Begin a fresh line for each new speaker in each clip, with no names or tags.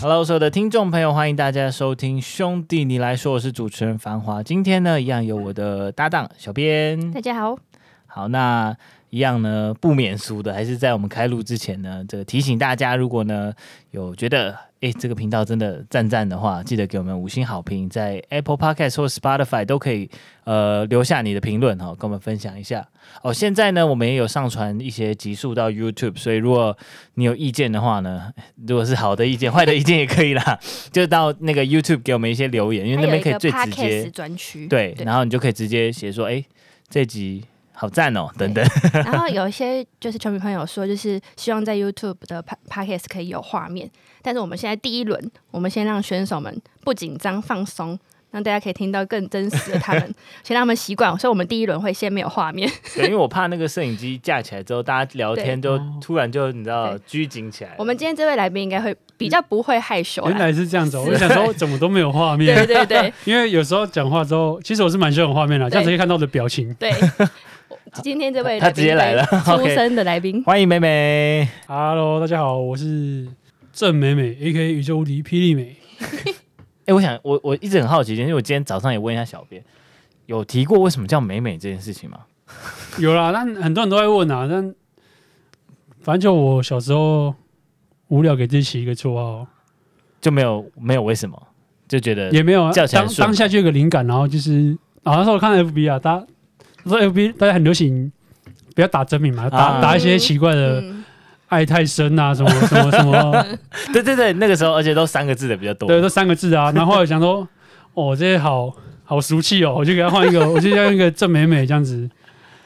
Hello，所有的听众朋友，欢迎大家收听《兄弟你来说》，我是主持人繁华。今天呢，一样有我的搭档小编
大。家好，
好，那一样呢，不免俗的，还是在我们开录之前呢，这个提醒大家，如果呢有觉得诶这个频道真的赞赞的话，记得给我们五星好评，在 Apple Podcast 或 Spotify 都可以呃留下你的评论哈、哦，跟我们分享一下哦。现在呢，我们也有上传一些集数到 YouTube，所以如果你有意见的话呢，如果是好的意见、 坏的意见也可以啦，就到那个 YouTube 给我们一些留言，因为那边可以最直接。
专区，
对，
嗯对
然后你就可以直接写说，哎、这集好赞哦，等 等。
然后有一些就是球迷朋友说，就是希望在 YouTube 的 pa- Podcast 可以有画面，但是我们现在第一轮，我们先让选手们不紧张放松，让大家可以听到更真实的他 们，先让他们习惯。所以我们第一轮会先没有画面，
对，因为我怕那个摄影机架起来之后，大家聊天就突然就你知道
对
拘谨起来了。
我们今天这位来宾应该会比较不会害
啊
羞
原
啦。
来是这样子哦，我就想说怎么都没有画
对
面，
对对
因为有时候讲话之后，其实我是蛮喜欢有画面的，这样直接看到我的表情。
对，我今天这位
他
来宾
直接来了
对出
OK
生的来宾，
欢迎美美，
Hello，大家好，我是郑美美，A.K. 宇宙无敌霹雳美。
哎、我想我我一直很好奇，因为我今天早上也问一下小编，有提过为什么叫美美这件事情吗？
有啦，但很多人都在问啊，但反正就我小时候无聊给自己起一个绰号，
就没有没有为什么，就觉得
也没有啊
叫起来
当
很顺
当下就有个灵感，然后就是啊那时候我看 F.B. 啊，大家那时候 F.B. 大家很流行。不要打真名嘛，打、
啊
打一些奇怪的
嗯，
爱太深啊，什么什么什么，
对对对，那个时候而且都三个字的比较多。
对，这三个字啊。然后后来想说，哦，这些好好俗气哦，我就给他换一个，我就要一个郑美美这样子，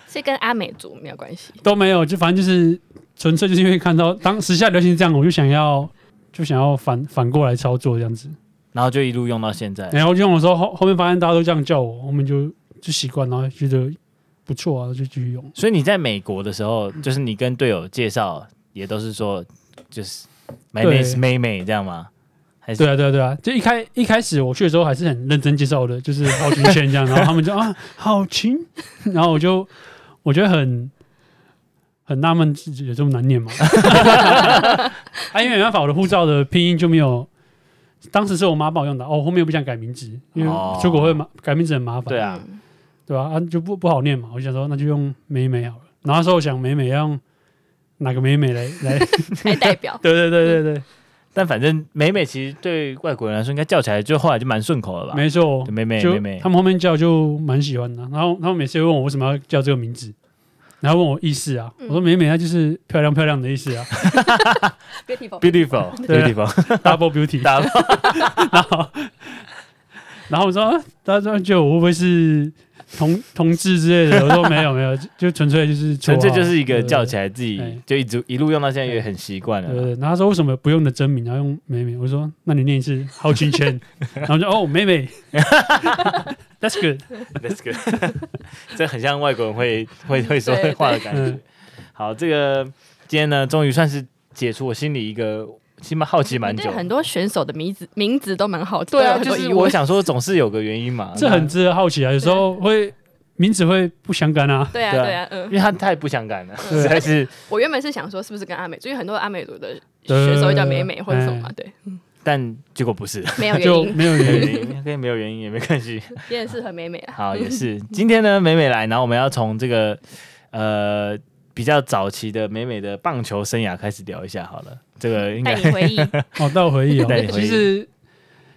是跟阿美族没有关系。
都没有，就反正就是纯粹就是因为看到当时下流行这样，我就想要就想要反反过来操作这样子。
然后就一路用到现在。
然后就用的时候后后面发现大家都这样叫我，我们就就习惯，然后觉得不错啊，就继续用。
所以你在美国的时候，就是你跟队友介绍，也都是说就是 My name is
对
妹妹这样吗？还是
对啊，对啊，对啊，就一开一开始我去的时候还是很认真介绍的，就是郝群轩这样，然后他们 就啊郝群，然后我就我觉得很很纳闷，自己有这么难念吗？ 啊，因为没办法，我的护照的拼音就没有，当时是我妈帮我用的，哦，我后面又不想改名字，因
哦
为出国会麻改名字很麻烦，
对啊
嗯，
对吧、啊？就不不好念嘛，我就想说那就用美美好了，然后那时候我想美美要用哪个美美来 来，。
来代表
对对对对对，
但反正美美其实对外国人来说，应该叫起来就后来就蛮顺口了吧？
没错
对，美美
就
美美
他，们后面叫就蛮喜欢的。然后他们每次会问我为什么要叫这个名字，然后问我意思啊，我说美美，它就是漂亮漂亮的意思 啊
Beautiful
beautiful
对啊
beautiful，
，double beauty。
大家
然后，然后我说，啊大家这样叫我会不会是同同志之类的？我说没有没有，就就纯粹就是啊
纯粹
绰号
就是一个叫起
对
来自己
哎
就一直一路用到现在也很习惯
对
了。
对，然后他说为什么不用你的真名，然后用美美？我说那你念一次好群 圈，然后就哦美美，That's good。
That's good，这很像外国人 会会会说
对
的话的感觉
嗯。
好，这个今天呢，终于算是解除我心里一个起码好奇蛮久
对。很多选手的名字名字都蛮好奇，
对啊，
都有
就
很多
是
疑
我
问
想说总是有个原因嘛。
这很值得好奇啊，有时候会名字会不相干啊。
对啊
对啊
对啊，嗯
因，为他太不想干了，
嗯
实在是。
我原本是想说是不是跟阿美族，因为很多阿美族的
对
选手会叫美美或者什么嘛，对，
但结果不是，
没有原
嗯啊就
因，
没有
没有
原 因。
原因，可以没有原因也没关系。
也很适合美美啊。
好，也是。今天呢，美美来，然后我们要从这个呃比较早期的美美的棒球生涯开始聊一下好了。这个应
带
该
你回忆，
哦，到回忆
带你
哦。
回忆
其实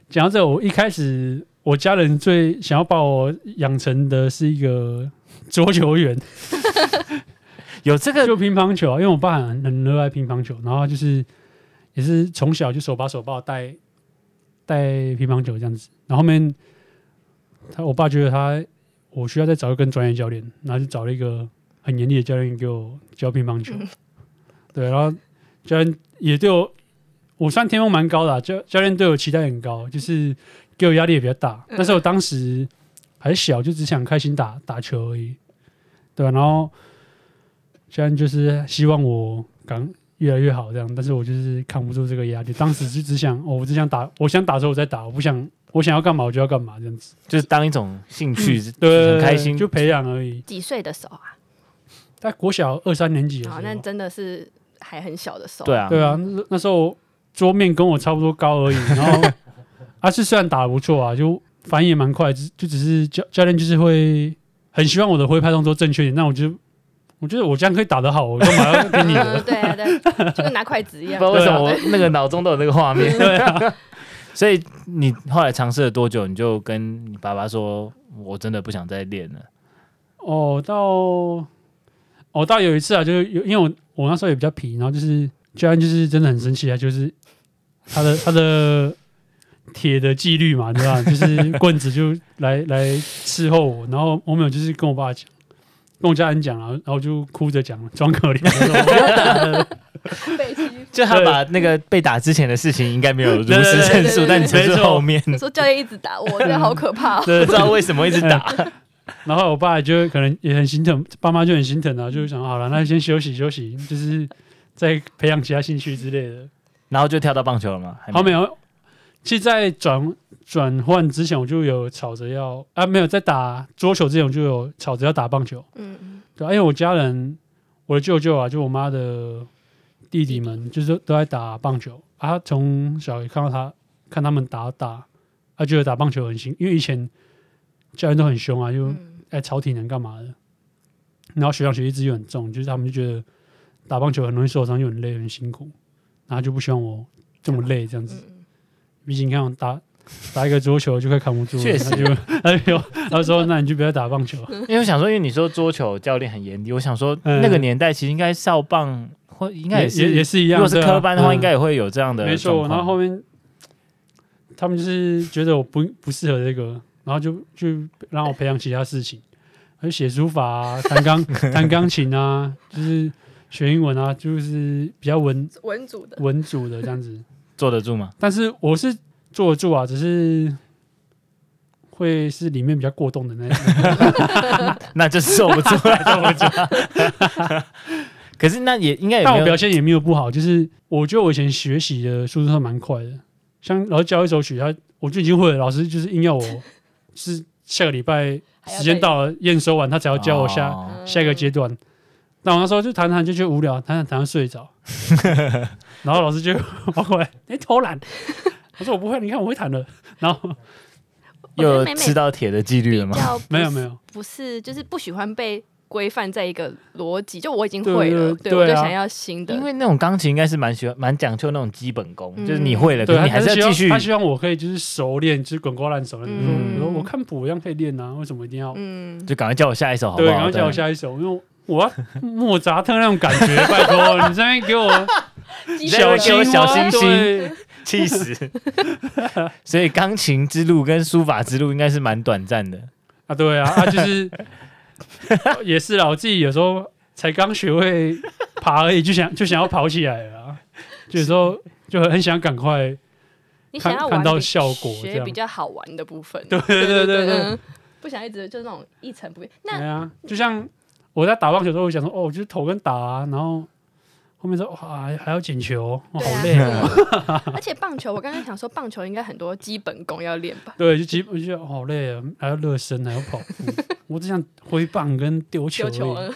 讲到这，我一开始我家人最想要把我养成的是一个桌球员，
有这个
就乒乓球啊，因为我爸很很热爱乒乓球，然后他就是也是从小就手把手把我带带乒乓球这样子。然后后面他我爸觉得他我需要再找一个更专业的教练，然后就找了一个很严厉的教练给我教乒乓球。对，然后教练也对我，我算天赋蛮高的啊、教教练对我期待很高，就是给我压力也比较大。但是我当时还小，就只想开心打打球而已。对啊吧、然后虽然就是希望我赶越来越好这样，但是我就是扛不住这个压力。当时就只想，哦、我只想打，我想打的时候我再打，我不想，我想要干嘛我就要干嘛这样子。
就是当一种兴趣，
对，
很开心。
嗯就培养而已。
几岁的时候啊？
在国小二三年级的时
哦
候，，
那真的是还很小的时候。
对，啊，
对啊，那那时候桌面跟我差不多 高而已，然后啊是虽然打得不错啊，就反应也蛮快，只就只是教教练就是会很希望我的挥拍动作正确一点，那我就我觉得我这样可以打得好，我干嘛要给你的？
嗯，对啊，对，就跟拿筷子一
不知
样
道。为什么
对啊
我那个脑中都有那个画面。
对啊，
所以你后来尝试了多久，你就跟你爸爸说，我真的不想再练了。
哦，到哦到有一次啊，就是有因为我我那时候也比较皮，然后就是教练就是真的很生气啊，就是他的 他的铁的纪律嘛，对吧？就是棍子就来 来伺候我，然后我没有就是跟我爸讲，跟我家人讲啊，然后就哭着讲，装可怜，我说我不要打了
被欺
就他
对
把那个被打之前的事情应该没有如
对对
实
对
陈述，
对对
但你陈
没
述
错
后面，
说教练一直打我，真的好可怕哦。
不知道为什么一直打。
然后我爸就可能也很心疼，爸妈就很心疼啊，就想好了，那先休息休息，就是再培养其他兴趣之类的。
然后就跳到棒球了吗？还
好，没有。其实，在转转换之前，我就有吵着要啊，没有在打桌球之前，我就有吵着要打棒球。
嗯，
对、啊，因为我家人，我的舅舅啊，就我妈的弟弟们，就是都在打棒球啊。从小也看到他，看他们打打，啊，觉得打棒球很新，因为以前教练都很凶啊，就
嗯
哎超体能干嘛的，然后学长学弟资源很重，就是他们就觉得打棒球很容易受伤，又很累，很辛苦，然后就不希望我这么累这样子。
嗯
毕竟你看我打打一个桌球就快扛不住了，
确实
他就他就 他就说那你就不要打棒球，
嗯
因为我想说，因为你说桌球教练很严厉，我想说
嗯
那个年代其实应该少棒或应该
也
是
也也是一
如
样。
果是
对啊
科班的话，
嗯
应该也会有这样的
没
状
错。
况
然后后面他们就是觉得我不不适合这个，然后就就让我培养其他事情，还有写书法啊、弹钢弹钢琴啊，就是学英文啊，就是比较文
文组的，
文组的这样子。
坐得住吗？
但是我是坐得住啊，只是会是里面比较过动 的那一
哎
种。
那就是坐不住， 坐不住。可是那也应该
但我
也没
表
有
现也没有不好，就是我觉得我以前学习的速度算蛮快的，像老师教一首曲，他我就已经会了，老师就是硬要我 是下个礼拜
还要
时间到了验收完，他才要教我下、
哦
下一个阶段。那我那时候就弹弹就觉得无聊，弹弹弹到 睡着，然后老师就跑过来，你 偷懒。我说我不会，你看我会弹了。然后
又
我觉得
有
妹妹
吃到铁的纪律了
比
吗？
较
没有没，有，
嗯不是就是不喜欢被规范在一个逻辑，就我已经
对
会了，
对
对我就
对啊
想要新的
因。为那种钢琴应该是蛮喜欢、蛮讲究那种基本功，
嗯
就是你会了，可
对，
是
他
你还是
他希
要
望
继续
他。希望我可以就是熟练，就是滚瓜烂熟那种。
嗯
我说我看谱一样可以练啊，为什么一定要
嗯，
就赶快叫我下一首好不
对，
好？
赶快叫我
对
下一首，因为我要莫扎特那种感觉，拜托，你这边给 我
基
在那
小
边给
青
我
蛙，
小星星
对
气 死！所以钢琴之路跟书法之路应该是蛮短暂的。
啊，对啊，啊就是 也是啦，我自己有时候才刚学会爬而已，就想就想要跑起来了啊，就有时候就很想赶快，
你想
看
要玩
看到
比
效果这
学
样
比较好玩的部分。
对对对对对
嗯不想一直就那种一成不变。那
对啊，就像我在打棒球的时候，我想说哦，我就是投跟打啊，然后后面说哇还要捡球，我
对啊
好累啊，
而且棒球，我刚刚想说棒球应该很多基本功要练吧，
对，就基本就好累啊，还要热身，还要跑 步，我只想挥棒跟丢球
丢
而
球嗯
已。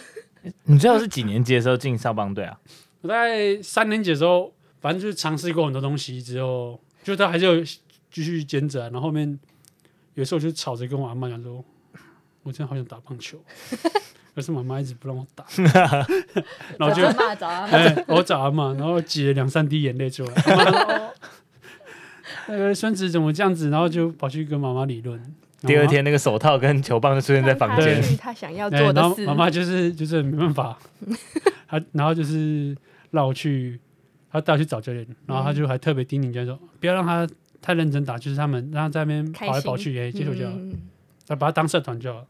你知道是几年级的时候进少棒队啊？
我在三年级的时候，反正就是尝试过很多东西之后，就他还是有继续兼职、啊。然后后面有时候我就吵着跟我阿妈讲说，我真的好想打棒球， 可是我妈一直不让我打， 然后我就
找阿嬷找阿嬷
哎、我找阿妈，然后挤了两三滴眼泪出来。阿嬷说哦 那个孙子怎么这样子？然后就跑去跟妈妈理论。然后
第
妈
二，天那个手套跟球棒就出现在
让
房
他
间
对，
去他想要
哎
做
然
的
后
事。
妈妈就是就是没 办法，她然后就是让我去，她带我去找教练，
嗯
然后她就还特别叮咛教练说，不要让他太认真打，就是他们让他在那边
开
跑来
心
跑去，哎，接球就好，
嗯
那把他当社团 就好。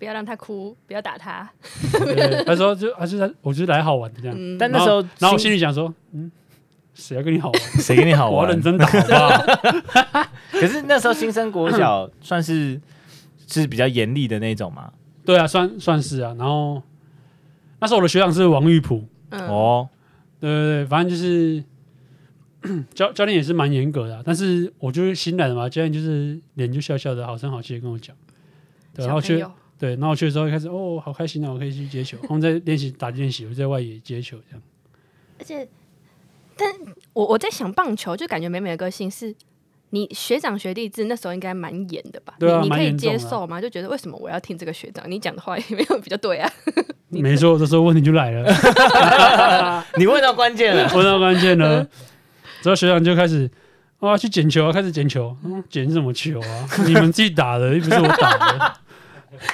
不要让他哭，不要打他。
对她说就她就在我就是来好玩的这样，
嗯，
但那时候，
然后我心里想说，嗯，谁要跟你好玩？
谁跟你好
我
玩
要认？真打好不好？
可是那时候新生国小算是是比较严厉的那种嘛，
对啊，算算是啊。然后那时候我的学长是王玉璞，
嗯，
哦，
对对对，反正就是 教教练也是蛮严格的啊、但是我就是新来的嘛，教练就是脸就笑笑的，好声好气的跟我讲，对，然
小
后
朋
去
友，
对，然后我去的时候一开始哦，好开心啊，我可以去接球，他们在练习打练习，我在外野接球这样，
而且，但我我在想棒球，就感觉美美的个性是。你学长学弟制那时候应该蛮严的吧？
对啊
你你可
蛮
以
严重的
接
啊
受吗？就觉得为什么我要听这个学长？你讲的话也没有比 较对啊。
没错，这时候问题就来 了，
你问到关键了。
问到关键了，之后学长就开始。啊，去捡球啊！开始捡球，嗯，捡什么球啊？你们自己打的，又不是我打的。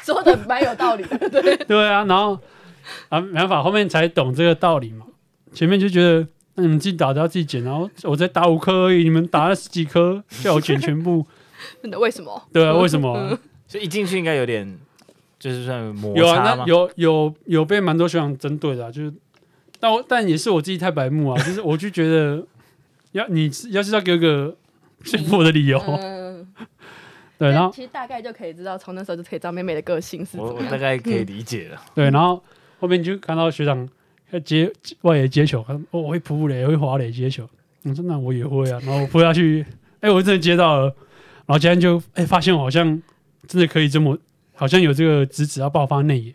说的蛮有道理的，对，
对啊，然后啊，没办法，后面才懂这个道理嘛。前面就觉得，那你们自己打都要自己捡，然后我才打五颗而已，你们打了十几颗，叫我捡全部，
真的为什么？
对啊，为什么啊、
所以一进去应该有点，就是算摩
有啊，
擦
那
嘛。
有有有被蛮多学长针对的、啊，就是，但我但也是我自己太白目啊，就是我就觉得，要你要是要给我个 说服我的理由，
嗯，
哦对，然后
其实大概就可以知道，从那时候就可以知道妹妹的个性是怎
我
么
我
样
大。概可以理解了。
对，然后后面就看到学长要接外野接球，他说哦，我会扑垒，我会滑垒接球。我说那我也会啊，然后我扑下去，哎、我真的接到了，然后今天就哎、发现我好像真的可以这么，好像有这个直指要爆发内野，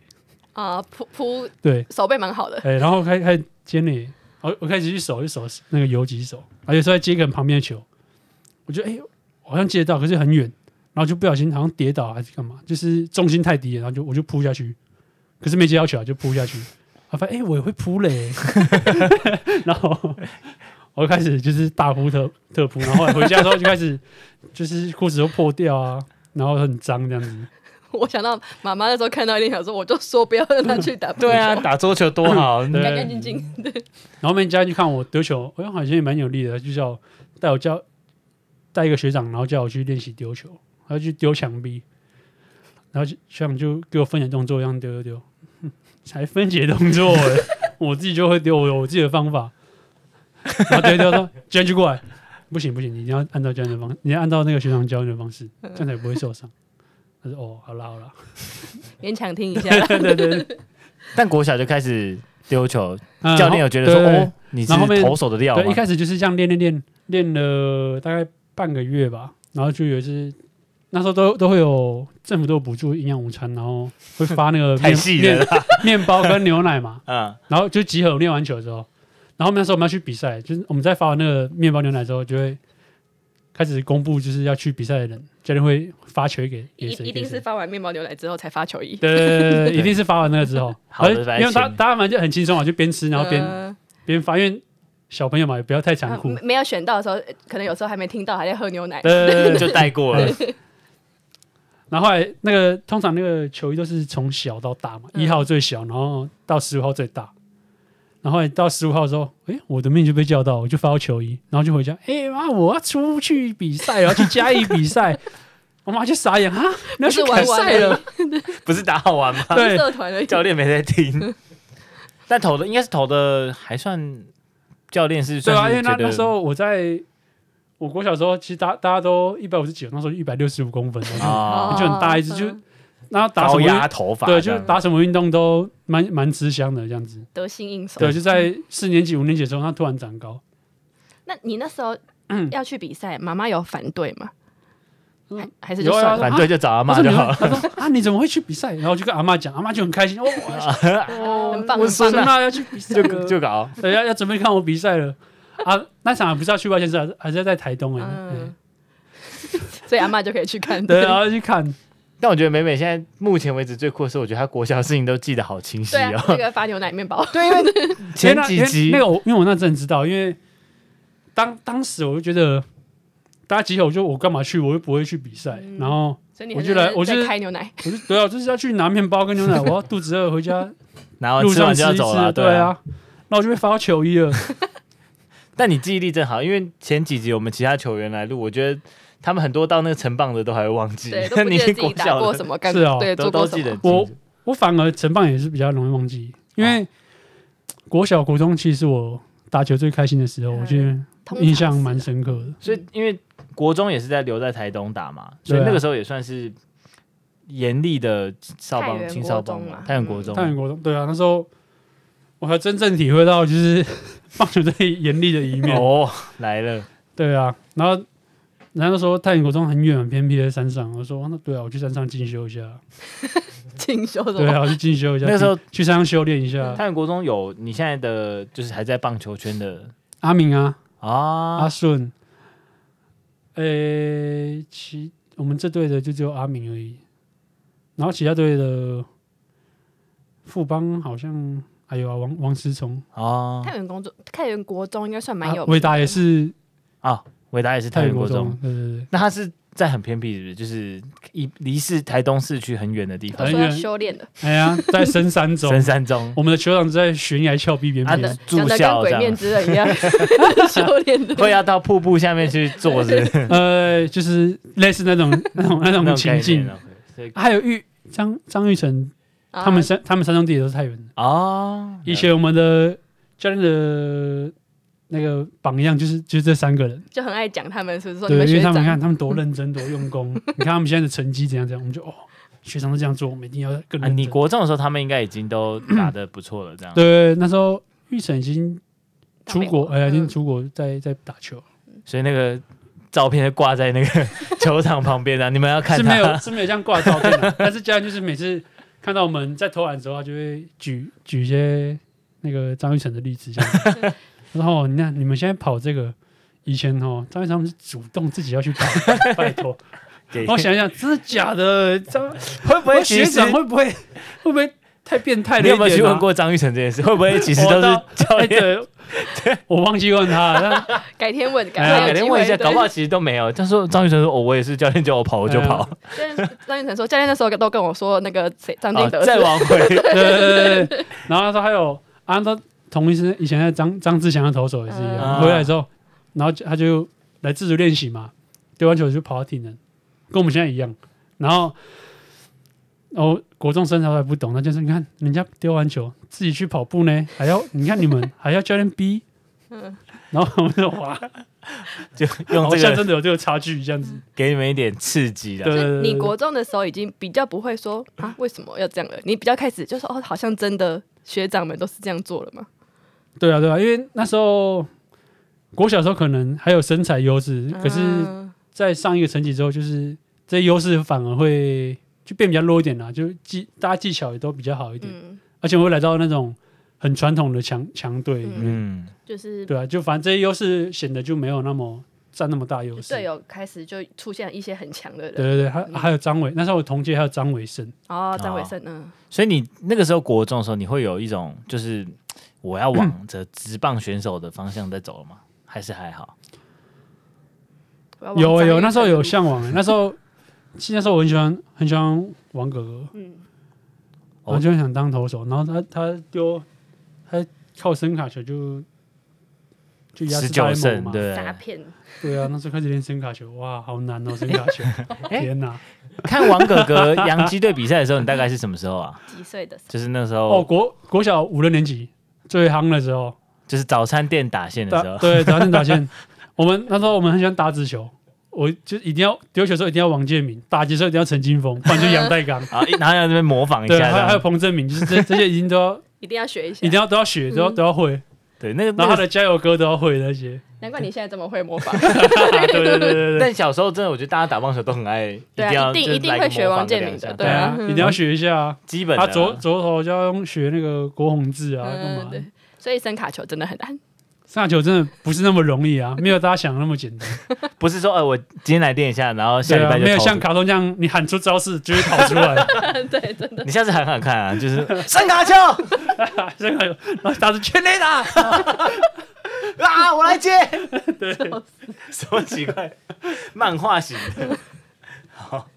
啊，扑扑
对，
手背蛮好的，
哎、然后开开始接内野，我我开始去守一守那个游击手，而且是在接个人旁边的球，我觉得哎、我好像接得到，可是很远，然后就不小心好像跌倒还是干嘛，就是重心太低了，然后就我就扑下去，可是没接到球啊就扑下去，啊发现哎、我也会扑嘞， 然后我就开始就是大扑特特扑，然后后来回家之后就开始就是裤子都破掉啊，然后很脏这样子，
我想到妈妈那时候看到一定想说，我就说不要让她 去打棒球，
对 啊，打桌球多 好。
对
干干净净。
然后面家去看我丢球，哎，好像也蛮有力的，就叫我带我叫带一个学长，然后叫我去练习丢球，还要去丢墙壁，然后就学长就给我分解动作，一样丢丢丢，哼才分解动作欸，我自己就会丢，我有我自己的方法，然后丢一丢说教练就过来，不行不行，你一定要按照教练的方，你要按照那个学长教你的方式，这样才不会受伤。他说哦，好啦好啦，
勉强听一 下，
对对对，
但国小就开始丢球，
嗯
教练有觉得说，
对对
哦，你是
然后后面
投手的料
对，一
吗？
开始就是这样练练练，练了大概半个月吧，然后就有一次，那时候都都会有政府都有补助营养午餐，然后会发 那个
太
面
细了
面面包跟牛奶嘛，
嗯，
然后就集合练完球之后，然后那时候我们要去比赛，就是我们在发完那个面包牛奶之后，就会开始公布就是要去比赛的人，教练会发球给给
一
谁，
一定
给谁
是发完面包牛奶之后才发球衣。
对对对，对一定是发完那个之后，
好的
而且
反正
因为他
行
大家反正就很轻松嘛，就边吃然后边
呃
边发，因为小朋友嘛也不要太残
啊
酷
没，没有选到的时候，呃可能有时候还没听到，还在喝牛奶。
对对对 对
就带过了。
然后后来那个通常那个球衣都是从小到大嘛，
嗯
一、号最小，然后到十五号最大。然后后来到十五号的时候，诶，我的命就被叫到，我就发到球衣，然后就回家，诶，妈，我要出去比赛，我要去嘉义比赛。 我妈就傻眼啊哈，你要去
不是
比
玩玩
赛 了？
不是打好玩吗？
是
对，
社团而已。
教练没在 听，但投的应该是投的还算，教练是
对
算
啊，
是
因为那
觉得
那时候我在我国小时候，其实大大家都一百五十几，那时候一百六十 五公分，
啊
哦
就很大一只，
嗯
就然后打什
高
么运
压头发这
对，
样，
就打什么运动都蛮蛮吃香的这样子。
得心应手。
对，就在四年级、五年级的时候，他突然长高。
那你那时候要去比赛，妈妈有反对吗？
嗯
还还是就
有啊
算了
反对就找阿
他
妈
说：“
就
你
好
们
了。
他说啊，你怎么会去比赛？”然后我就跟阿妈讲，阿妈就很开心， 哦，
很棒
我
很
说
棒。
孙啊要去比
就
赛了，
就搞，
对，要要准备看我比赛了。啊，那场不是要去外县市，还是还是要在台东哎、
嗯
嗯，，
所以阿妈就可以去看。
对，啊然后去看，
但我觉得美美现在目前为止最酷的是，我觉得她国小的事情都记得好清晰
对啊，那
哦。
个发牛奶面包，
对，因啊为前
因
几
为那
集
因为那个我，因为我那阵知道，因为当当时我就觉得大家集合，我就我干嘛去，我又不会去比赛，
嗯
然后
所以你
我
很
就来
认真
我就
在
是
开牛奶，
我就对啊，就是要去拿面包跟牛 奶，我要肚子饿回家，
拿完
路
吃
上
完
吃
就
一
要
吃，
走了，
对。啊，那我就被发到球衣了。
但你记忆力真好，因为前几集我们其他球员来录，我觉得他们很多到那个成棒的都还会忘记
对，，都
但
不
你
记得自己
国
打
小
过
的
什么，干
是哦
对，
都
做
都
过什
记得
么
很。清
我
楚。
我反而成棒也是比较容易忘记，因
哦
为国小国中其实是我打球最开心的时候，
嗯
我觉得
通常
印象
是啊
蛮
的
深刻的。
所以因为国中也是在留在台东打嘛，所以
对啊
那个时候也算是严厉的少
太
棒、
原
青少
国
棒
中
嘛
嘛，
太原国中。
嗯太原国中对啊，那时候我还真正体会到就是 棒球队严厉的一面。
哦，来了，
对啊，然后然后说太平国中很远很偏僻的山上，我说哦那对啊，我去山上进修一下，
进修什
对
么？
啊，我去进修一下，
那时候
去去山上修炼一下。
太原国中有你现在的，就是还在棒球圈的
阿明啊，
啊
阿，顺，呃、其我们这队的就只有阿明而已，然后其他队的富邦好像还有啊，王王思聪，
哦
太原工作，太原国中应该算蛮
啊
有名的
伟达也是
啊，伟达也是太
泰
原
国
国中
中，，对对对，
那他是在很偏僻，是不是？就是一离市台东市区很远的地
都
方，
说要修炼的，
哎呀，在深山中
深，山中
我们的球场在悬崖峭壁边
啊
讲
边
的，
住
讲的跟
校这
鬼
样
面之刃一样， 修炼 的。
会
啊
要到瀑布下面去坐，是不是？
呃，就是类似那种那 种那
那
种
种概
情
念
境。
哦。所以
还有玉张张玉成，
啊
他们三他们山中弟也都是太原的。
哦，
以前我们的教练的那个榜样就是就是这三个人，
就很爱讲他们，是不是说你
对，
们
因为
学
他们看
长？
他们多认真多 用功，你看他们现在的成绩怎样怎样，我们就哦，学长都这样做，我们一定要更
啊，
认
你
真。
国中的时候，他们应该已经都打得不错了，这样。，
对，那时候玉成已经
到
出
美
国，
国
哎呀，已经
嗯
出国在在打球。
所以那个照片挂在那个 球场旁边啊，你们要看
是没有
他。
是没有这样挂照片的， 但是教练就是每次看到我们在投篮的时候，他就会举举一些那个张玉成的例子，这样。然后你看你们现在跑这个，以前哦，张玉成他们是主动自己要去跑， 拜托。
给
我想一想，真的假的？张
会不会其
学
实
长会不会会不会太变态了
你
一点啊？
有没有去问过张玉成这件事？ 会不会其实
我
都是
到
教
哎？
练？
对，我忘记问他了。但
改天问，
哎
改
呀
天
改
有机
天
会
问一下，
对
搞不好其实都没有。他说张玉成说：“哦，我也是教练叫我跑，我就 跑。
但是张运成说，教练那时候都跟我说那个谁张
啊
金”
哦
德
再往回，
对对对对对。然后他说还有啊，他同一是以前在张张志祥的投手也是一
嗯
样，回来之后，然后就他就来自主练习嘛，丢完球就跑到体能，跟我们现在一样。然后，哦，国中生他还不懂，那就是你看人家丢完球自己去跑步呢，还要你看你们还要教练逼。
嗯
然后我们说哇，
就用
好
这
像
个
真的有这个差距，这样子。
给你们一点刺激
对
了。
所以你国中的时候已经比较不会说啊为什么要这样了，你比较开始就说哦，好像真的学长们都是这样做了嘛。
对啊，对啊，因为那时候国小的时候可能还有身材优势，可是
嗯
在上一个层级之后，就是这些优势反而会就变比较弱一点啦，就技大家技巧也都比较好一点，
嗯，
而且我会来到那种很传统的强强队里面，
嗯，
就是
对啊，就反正这些优势显得就没有那么占那么大优势。
队友开始就出现一些很强的
对
人，
对对，还还有张伟，那时候我同届还有张伟胜，
哦，张伟胜，嗯，
所以你那个时候国中的时候，你会有一种就是我要往着职棒选手的方向在走
嗯
了吗？还是还好？
我要往
哦有
张
有
运
那时候
成
有
路，
向往，那时候其实那时候我很喜欢很喜欢王哥哥，
嗯，
哦
我就很想当投手，然后他他丢他靠声卡球就就压
十
制
九
呆萌
胜
嘛，
对，
诈骗，
对啊，那时候开始练声卡球，哇，好难哦，声卡球，天哪！
看王哥哥洋基队比赛的时候，你 大概是什么时候啊？
几岁的时
就是那时
哦，
候，
国国小五六年级最夯的时候，
就是早餐店打线的
打
时候，，
对打线打线，我们那时候我们很喜欢打直球，我就一定要丢球的时候一定要王建民，打击的时候一定要陈金峰，不然就杨代刚
啊，然后在那边模仿一
对，啊
下
还有
这
还有
样，
彭正明，就是这这些已经都要
候一定要学一下
一定，要都要学，都要都要会，
对，那个
然
那
后他
个。
的加油歌都要会那些，
难怪你现在这么会模仿。
啊
对对对对对。
但小时候真的，我觉得大家打棒球都很爱，
对啊
定要
一定
就是
一定
来个
会学
模仿
王建
个两
民的
下
对啊
啊，一定要学一下啊！
基本的
他
啊。
左左手就要用学那个国红字啊，干嘛
嗯，
的
对？，所以声卡球真的很 难。
上球真的不是那么容易啊，没有大家想的那么简单。
不是说，呃，我今天来练一下，然后下
对
礼
啊，
拜就
没有
投
像卡通这样，你喊出招式就会跑出 来，
对，真的
你下次喊喊看啊，就是 三卡球
这个然后打出全垒打，
啊，我来接，
对，
什么奇怪，漫画型的。好，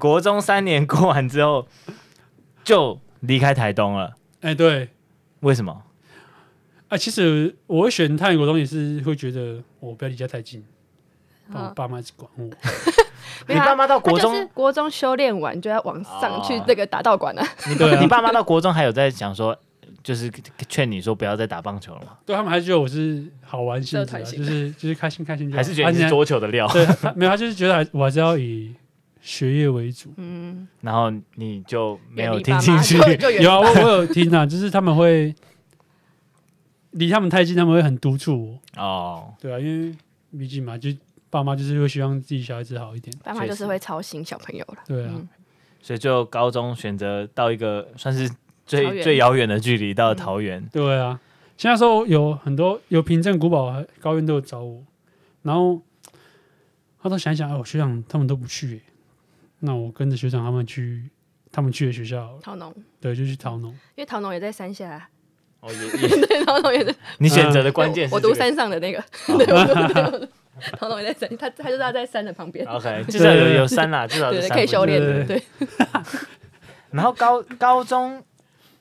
国中三年过完之后，就离开台东了，
哎对，
为什么？
啊其实我会选泰国东也是会觉得我不要离家太近，不然我
啊，
爸妈一直管我，
你
没有啊
爸妈到
他
国
就
中，
是国中修炼完就要往上去
哦
那个打道馆啊，
你
对啊
你爸妈到国中还有在想说，就是劝你说不要再打棒球了吗？
对他们还是觉得我是好玩性质啊，
社团型
就是就是开心开心就好，
还是觉得你
啊
是桌球的料？
对， 他没有他就是觉得还我还是要以学业为主。
嗯，
然后你就没有
远离
听
爸
进
妈
去，
就就远离
啊有啊，我我有听啊，就是他们会离他们太近，他们会很督促我，
哦，
对啊，因为毕竟嘛，就爸妈就是会希望自己小孩子好一点，
爸妈
确
就
实
是会操心小朋友了。
对啊，
嗯
所以就高中选择到一个算是
桃
最
园
最遥远的距离到
嗯
桃园，
对啊，像那时候有很多有凭证、古堡、高院都有找我，然后他都想一想，哦，学长他们都不去耶，那我跟着学长他们去，他们去的学校好了，
桃农，因
对，就去桃农。
为桃农也在山下啊，
哦， 也也，嗯
对，桃农也在。
你选择的关键是
我
这
读
个哦
山上的那个，对，我读 对我读桃农也在山，他他就是他在山的旁边，
OK，至 少有
对
有山啦，至少
对
是哦
对，
山
可以
附
修
近
炼
对
的，
对
对，
然后高高中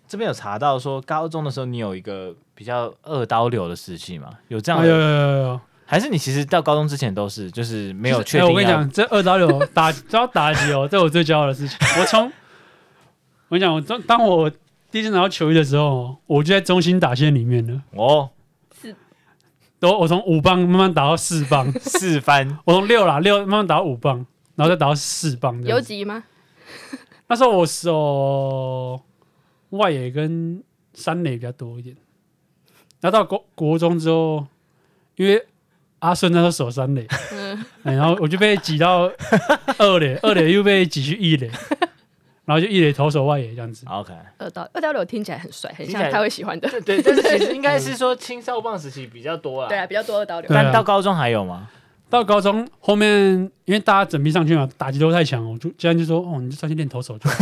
这边有查到说，高中的时候你有一个比较二刀流的时期嘛？有这样
哎
的？
呦呦呦呦！
还是你其实到高中之前都是就是没有确
哎
定要、
我跟你讲，这二刀流打只要打击哦，这我最骄傲的事情。我从我跟你讲，我当当我第一次拿到球衣的时候，我就在中心打线里面了。
哦，
都我从五棒慢慢打到四棒，
四番
我从六啦六慢慢打到五棒，然后再打到四棒这样
游
子。
击吗？
那时候我手外野跟三垒比较多一点，然后到国国中之后，因为阿顺那时候守三垒，
嗯，
哎然后我就被挤到二垒，二垒又被挤去一垒，然后就一垒投手外野这样子。
OK，
二刀二刀流听起来很帅，很
听起来
像他会喜欢的，
对 嗯对，但是其实应该是说青少棒时期比较多啦
对啊，比较多二刀流
对。啊
但到高中还有吗？
到高中后面，因为大家整批上去嘛，打击都太强了，我就教练就说：“哦，你就上去练投手就好。”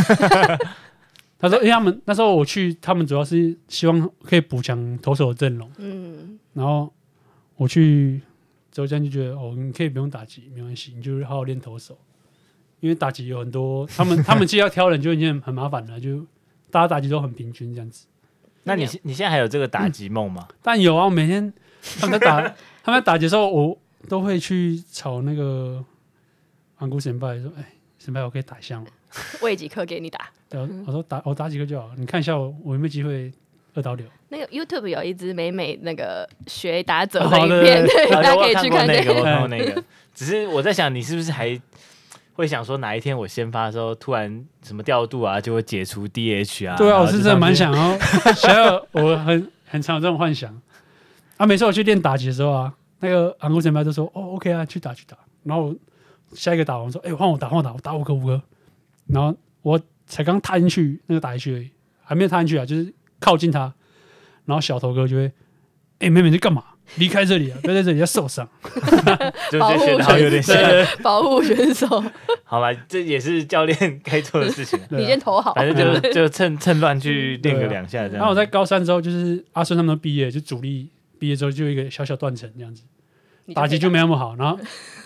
他说：“因为他们那时候我去，他们主要是希望可以补强投手的阵容。
嗯，
然后我去之后，教练就觉得哦，你可以不用打击，没关系，你就是好好练投手，因为打击有很多，他们他们既要挑人就已经很很麻烦了，就大家打击都很平均这样子。
那你你现在还有这个打击梦吗？
但有啊，我每天他们在打他们在打击的时候，我都会去吵那个安姑神拜说：“哎，神拜，我可以打一下吗
喂几颗给你打。？”
对啊，我说打我打几个就好，你看一下我我有没有机会二刀流。
那个 YouTube 有一支美美那个学打者的
哦
影
对
片，
对
对，大家可以
我
去
有看过那个，
对
我有看过那个。只是我在想，你是不是还会想说哪一天我先发的时候，突然什么调度啊，就会解除 DH 啊？
对啊，
然后
我
就是上
真的
去
蛮想 要，想要我很很常有这种幻想啊。每次我去练打击的时候啊，那个韩国前辈就说：“哦，OK 啊，去打去打。”然后我下一个打完说：“哎、换我打，换我打，我打五个五个。”然后我才刚踏进去那个打击区而已，还没有踏进去啊，就是靠近他，然后小头哥就会：“哎、妹妹你在干嘛？离开这里啊！不要在这里要受伤。
就
保
就
护
觉得好有点像
选。手， 保护选手，
好吧，这也是教练 该做的事情啊、
对啊
你先投好。
反正就就趁趁乱去练个
对啊
两下这样。
然后我在高三之后，就是阿顺他们都毕业，就主力毕业之后就有一个小小断层这样子。
你
打击就
可以
没那么好。然后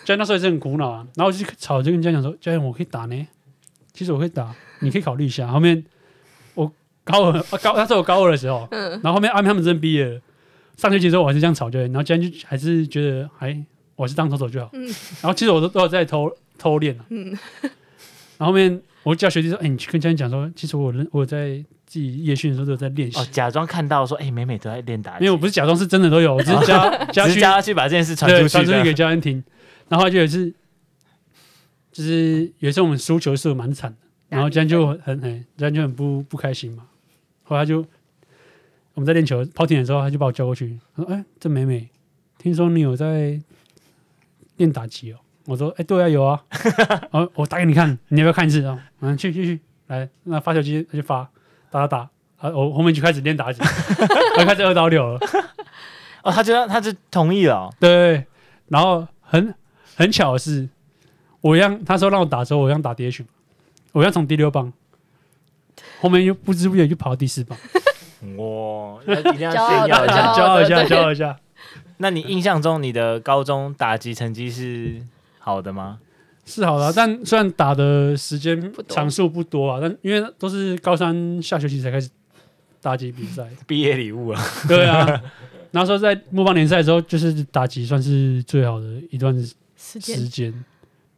教练那时候也是很苦恼啊，然后我就吵着跟教练讲说：“教练，我可以打呢，其实我可以打，你可以考虑一下。”后面我高二、啊高那时候我高二的时候，
嗯
然后后面阿明他们真的毕业了，上学期之后我还是这样吵教练，然后教练就还是觉得还我还是当投手就
嗯
好。然后其实我都都有在偷偷练啊。然后后面我叫学弟说：“哎、你去跟教练讲说，其实我认我有在自己夜训的时候都有在练习。
哦，假装看到说，哎、美美都在练打击，哦
因为我不是假装是真的都有，我 只是加加
只
去
是叫他去把这件事传
对，
出去
传出
这
去
样。
给教练听。然后他就有一次，就是有一次我们输球输的蛮惨的，然后教练就很很教练就很不不开心嘛。后来他就我们在练球抛点的时候，他就把我叫过去，他说：“哎、这美美，听说你有在练打击哦？”我说：“哎、对啊，有啊。然后我打给你看，你要不要看一次啊？嗯，去去去，来，那发球机他就发，打打打，啊，我后面就开始练打击， 我就开始二刀流了。”
哦，他就他就同意了、哦，
对，然后很很巧的是，我让他说让我打的时候，我让打 DH，我要从第六棒，后面又不知不觉就跑到第四棒，
哇，要一定要
骄傲
炫
的
耀一
骄
下
傲。
骄傲一下，
对
骄傲一下，
那你印象中你的高中打击成绩是好的 吗？
是好了。但虽然打的时间
不多
场数不多啊，但因为都是高三下学期才开始打击比赛，
毕业礼物了，
对啊。然后说在木棒联赛的时候，就是打击算是最好的一段
时间
时间。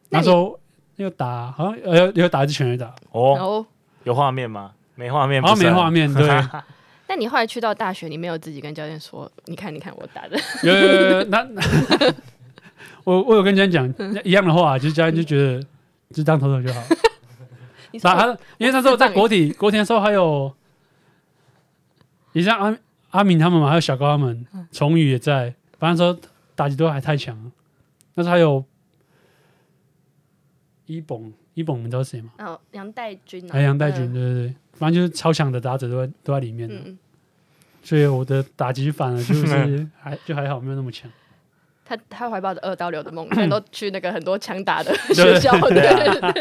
那
那
你
时候又打，好像呃又打一支全垒打，
然
哦，
后，
有画面吗？没画面，
好像哦没画
面。
面，对。
那你后来去到大学，你没有自己跟教练说，你看，你看我打的，
有有有有，那 我我有跟家人讲一样的话，就是家人就觉得就当投手就好。
你说
打他，因为那时候在国体国体的时候还有，也像阿阿明他们嘛，还有小高他们，崇宇也在，反正说打击都还太强了。那时候还有一蹦一蹦，你们知道是谁吗？
然后杨代军、啊，
哎还有杨代军，对对对，反正就是超强的打者都在都在里面的。
嗯，嗯，
所以我的打击反而就是 还就还好，没有那么强。
他他怀抱着二刀流的梦，现在都去那个很多强打的
对
学校，
对
对
啊，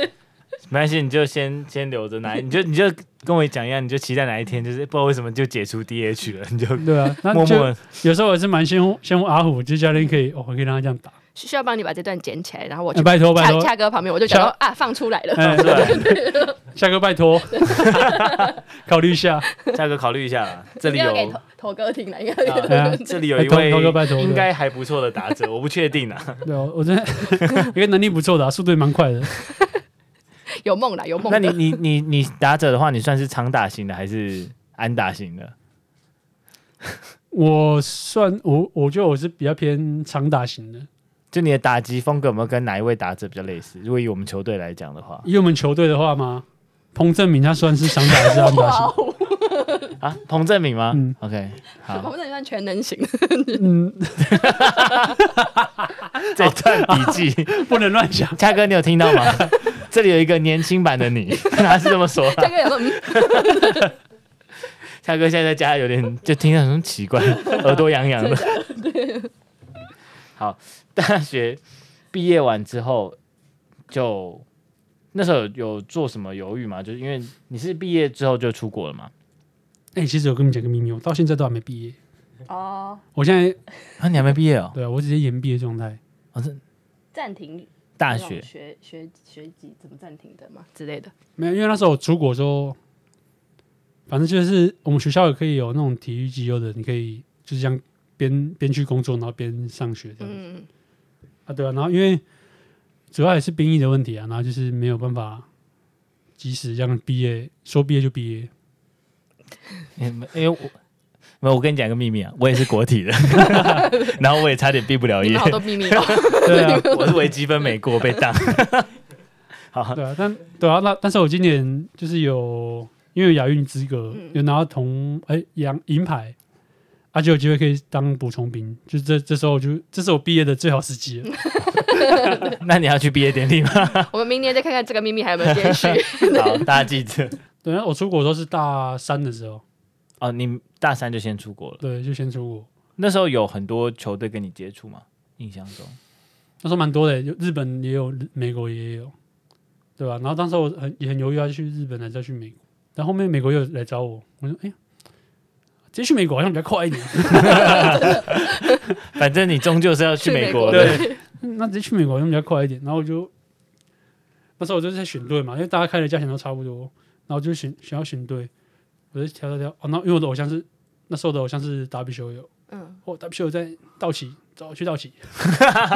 没关系，你就先先留 着哪，你就你就跟我讲一样，你就期待哪一天，就是不知道为什么就解除 DH 了，你就
对啊， 那
默
就
默
有时候我是蛮羡慕羡慕阿虎，就是教练可以，哦，我可以让他这样打。
需需要帮你把这段捡起来，然后我
哎
去
拜托拜
哦恰
托，
恰哥旁边，我就想到啊，放出来了，
哎
放出来，
下哥拜托， 考虑 一下。
价格考虑一下 啦。这
一
里
定要给
有
头头哥听了，应该
对啊
啊，这里有一
头
位
头哥拜托
应该还不错的打者，我不确 定啊。
对啊，我真的因为能力不错的、啊，速度也蛮快的。
有梦啦，有梦
那
的。
你你你你打者的话，你算是长打型的还是安打型的？
我算我，我觉得我是比较偏长打型的。
就你的打击风格有没有跟哪一位打者比较类似？如果以我们球队来讲的话，
以我们球队的话嘛，彭正明他算是长打还是安打
哇
型？
哦，
啊，彭正明吗？
嗯
o k 好，
我们这算全能型，
嗯，
这段笔记，
不能乱讲。
嘉哥，你有听到吗？这里有一个年轻版的你， 他是这么说的。
大哥有说，嗯
嘉哥现在在家有点就听着很奇怪，耳朵痒痒的。好，大学毕业完之后，就那时候有有做什么犹豫吗？就是因为你是毕业之后就出国了嘛？
哎、其实我跟你讲个秘密，我到现在都还没毕业。
哦，
我现在
啊，你还没毕业哦？
对啊，我直接延毕的状态。
哦，是
暂停
大
那种
学
学学学籍怎么暂停的嘛之类的，
没有，因为那时候我出国之后，反正就是我们学校也可以有那种体育机构的，你可以就是这样边边去工作，然后边上学这样子、
嗯，
啊，对啊。然后因为主要也是兵役的问题啊，然后就是没有办法及时这样毕业，说毕业就毕业。
因为因为我。没有，我跟你讲一个秘密啊，我也是国体的， 然后我也差点毕不了
你
业
们，好多秘密 哦，
对啊，
我是微积分没过被当。 好，
对啊，但对啊，那但是我今年就是有因为有亚运资格，
嗯
有拿到铜哎洋银牌，而且有机会可以当补充兵，就这这时候我就这是我毕业的最好时机了。
那你要去毕业典礼吗？
我们明年再看看这个秘密还有没有延续，
好，大家记着
对，那我出国都是大三的时候，
哦。你大三就先出国了，
对，就先出国，
那时候有很多球队跟你接触吗？印象中，
那时候蛮多的，有日本也有，日美国也有，对吧、然后当时我很也很犹豫要去日本还是要去美国，但后面美国又来找我，我说哎呀，直接去美国好像比较快一点，
反正你终究是要去美国
去美
的
国。
嗯那直接去美国好像比较快一点。然后我就那时候我就是在选队嘛，因为大家开的价钱都差不多，然后就选想要选队，我就挑挑挑。哦，那因为我的偶像是那时候的偶像是达比修友，
嗯，
哦，达比修友在道奇，找我去道奇。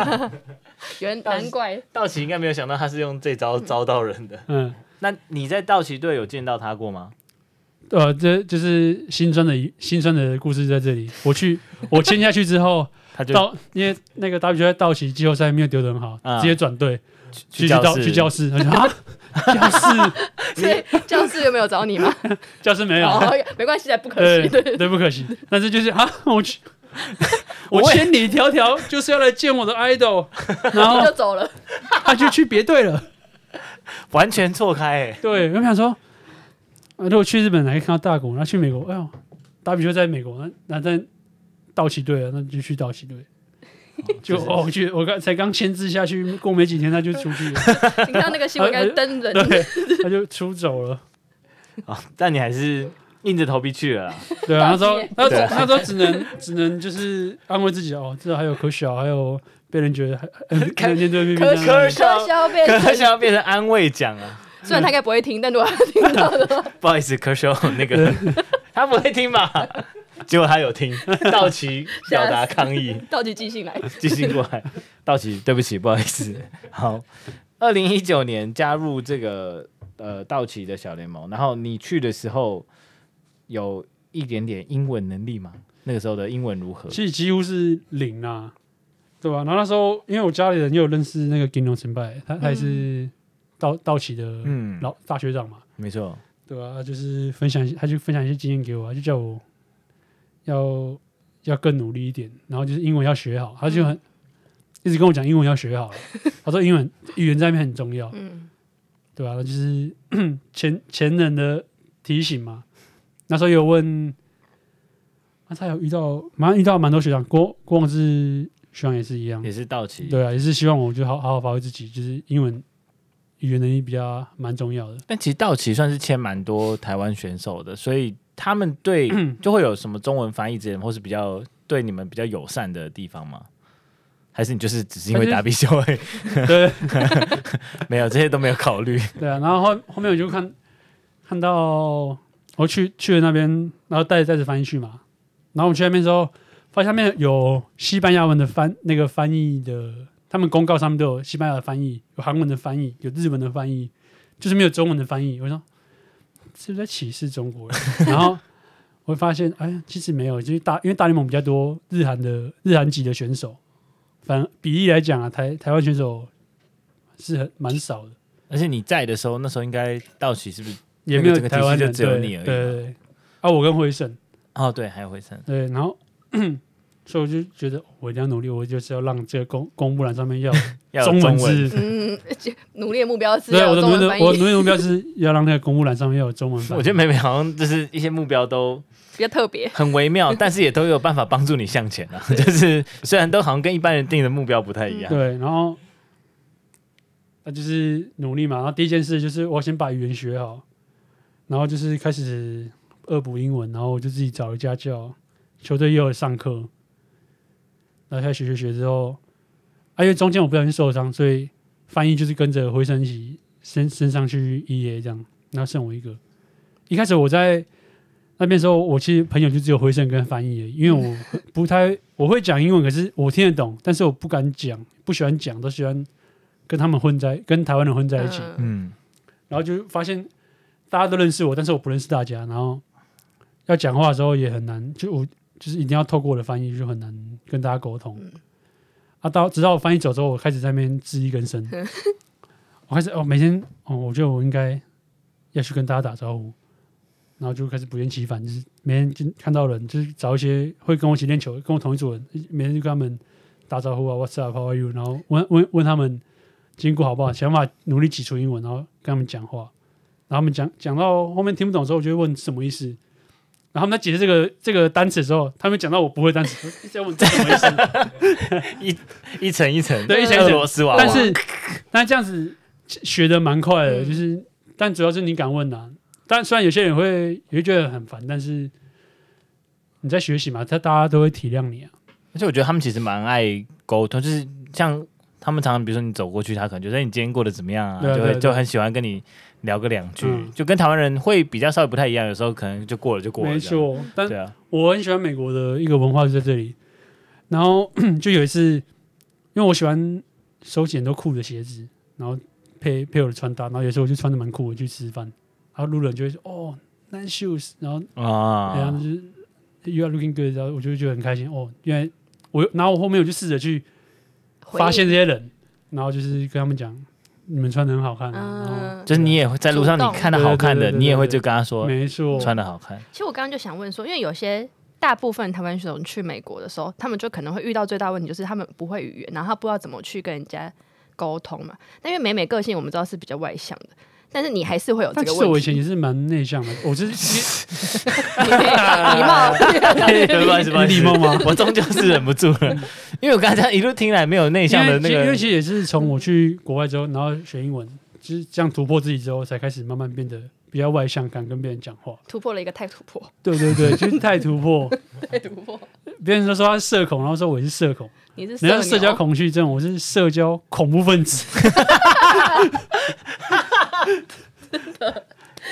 原难怪
道奇应该没有想到他是用这招招到人的。
嗯，
那你在道奇队有见到他过吗？
呃，这就是心酸的一心酸的故事在这里。我去，我签下去之后，
他就
到因为那个达比修在道奇季后赛没有丢得很好，
啊
直接转队去
教
道
室
去教室。我说啊，教 室
所以教室有没有找你吗？
教 室没有。啊
哦，没关系的，不可惜
对
的。
对，不可惜。但是就是啊，我去，我
我也
千里迢迢就是要来见我的 idol，然
我
后
就走了，
他就去别队了。
完全错开、欸，
对，我想说，啊如果去日本还可以看到大谷，然后去美国，哎呦，打比就在美国，那那在道奇队了，啊那就去道奇队。就
就是
哦，我去，我刚才刚签字下去，过没几天他就出去了，
你看那个新闻应该登人，
对，他就出走了。
啊！但你还是硬着头皮去了啦。
对啊，那时候
道歉
那时
对
候那时候只能只能就是安慰自己哦，这还有可小，还有被人觉得还看见对面
可
可可
可笑被
可他想要变成安慰奖啊！
虽然他应该不会听，但如果他听到的话，
不好意思，可修那个 他不会听吧？ 结果他有 听，道奇表达抗议。
到底寄信来？
寄信过来。道奇，对不起，不好意思。好，二零一九年加入这个呃道奇的小联盟，然后你去的时候有一点点英文能力吗？那个时候的英文如何？
其实几乎是零啊，对吧、然后那时候因为我家里人也有认识那个金龙成败，他他也是道道奇的
嗯，
老大学长嘛，
没错，
对吧、他就是分享一些，他就分享一些经验给我啊，就叫我要要更努力一点，然后就是英文要学好。他就很一直跟我讲英文要学好了，他说英文语言在那边很重要，
嗯，
对吧、啊？那就是 前前人的提醒嘛。那时候有问，那、他有遇到，马上遇到蛮多学长，郭郭宏志学长也是一样，
也是到期。
对啊，也是希望我就好好好发挥自己，就是英文语言能力比较蛮重要的。
但其实道奇算是签蛮多台湾选手的，所以他们 对就会有什么中文翻译之类的，或是比较对你们比较友善的地方吗？还是你就是只是因为打比赛而已？
对
没有这些都没有考虑。
对啊，然后后后面我就看看到我去去了那边，然后带着带着翻译去嘛，然后我去那边之后，发现下面有西班牙文的翻那个翻译的，他们公告上面都有西班牙的翻译，有韩文的翻译，有日文的翻译，就是没有中文的翻译。我说是不是在歧视中国人？然后我会发现，哎，其实没有，就是大因为大联盟比较多日韩的日韩籍的选手，反比例来讲啊，台台湾选手是很蛮少的。
而且你在的时候，那时候应该道奇是不是？
也没有
那个整个体系
台湾人，
就只有
对
你而已
对对对啊，我跟辉胜，
哦，对，还有回程。
对，然后 所以我就觉得我一定要努力，我就是要让这个公公布栏上面要
要有
中
文
字。
嗯，就努力的目标是
对，
要
我
有
的
中
努力
文
的
翻
我的
译，
努力的目标是要让那个公布栏上面要有中文翻译。
我觉得美美好像就是一些目标都
比较特别。
很微 妙，但是也都有办法帮助你向前啊。 就是虽然都好像跟一般人定的目标不太一样，
对，然后那就是努力嘛。然后第一件事就是我先把语言学好，然后就是开始恶补英文，然后我就自己找了家教，球队也有上课，然后开始学学学之后，啊，因为中间我不小心受伤，所以翻译就是跟着回升起升升上去 E A 这样，然后剩我一个。一开始我在那边的时候，我其实朋友就只有回声跟翻译而已，因为我不太我会讲英文，可是我听得懂，但是我不敢讲，不喜欢讲，都喜欢跟他们混在跟台湾人混在一起。
嗯
嗯，
然后就发现大家都认识我，但是我不认识大家，然后要讲话的时候也很难，就我就是一定要透过我的翻译，就很难跟大家沟通。啊，到直到我翻译走之后，我开始在那边自力更生，我开始哦，每天哦，我觉得我应该要去跟大家打招呼，然后就开始不厌其烦，就是每天就看到人，就是找一些会跟我一起练球、跟我同一组人，每天就跟他们打招呼啊，What's up？How are you？然后问问问他们经过好不好，想法努力挤出英文，然后跟他们讲话，然后他们讲讲到后面听不懂的时候，我就会问什么意思。然后他们在解释这个这个单词的时候，他们讲到我不会单词，一直在问这什么意思。
一层一层，
对一层一
俄
层
罗斯娃娃。
但是，但这样子学的蛮快的，
嗯
就是，但主要是你敢问啊。但虽然有些人会也会觉得很烦，但是你在学习嘛，他大家都会体谅你啊。
而且我觉得他们其实蛮爱沟通，就是像他们常常，比如说你走过去，他可能就说哎你今天过得怎么样啊，
对啊
就
对啊
会
对啊
就很喜欢跟你聊个两句，
嗯
就跟台湾人会比较稍微不太一样，有时候可能就过了就过了，
没，错，但
对啊，
我很喜欢美国的一个文化就在这里。然后 就有一次，因为我喜欢收集很多酷的鞋子，然后配配我的穿搭，然后有时候我就穿的蛮酷的去吃饭，然后路人就会说：“哦，nice shoes。”然后然后
啊
就，是 “you are looking good”，然后我就会觉得很开心。哦，因为我然后我后面我就试着去
回
发现
应
这些人，然后就是跟他们讲：“你们穿的很好看、啊。然
嗯，
就是你也会在路上你看到好看
对
的，
对对对对
你也会就跟他
后
说哎
没错，
穿的好看，
其实我刚刚就想问说，因为有些大部分台湾学生去美国的时候，他们就可能会遇到最大问题就是他们不会语言，然后他不知道怎么去跟人家沟通嘛。但因为美美个性我们知道是比较外向的，但是你还 是会有这
但
个
其实我
问
以前
题。
也是蛮内向的，我就是
礼貌，
对不好意思，不好意思
你礼貌吗？
我终究是忍不住了，因为我刚才这样一路听来没有内向的那
因为其因
个
为，其实也是从我去国外之后，然后学英文，就是这样突破自己之后，才开始慢慢变得比较外向，敢跟别人讲话。
突破了一个太突破，
对对对， 就是太突破，
太突破。
别人都说他是社恐，然后说我也是社恐，
你是
人家是社交
恐，
恐惧症，我是社交恐怖分子。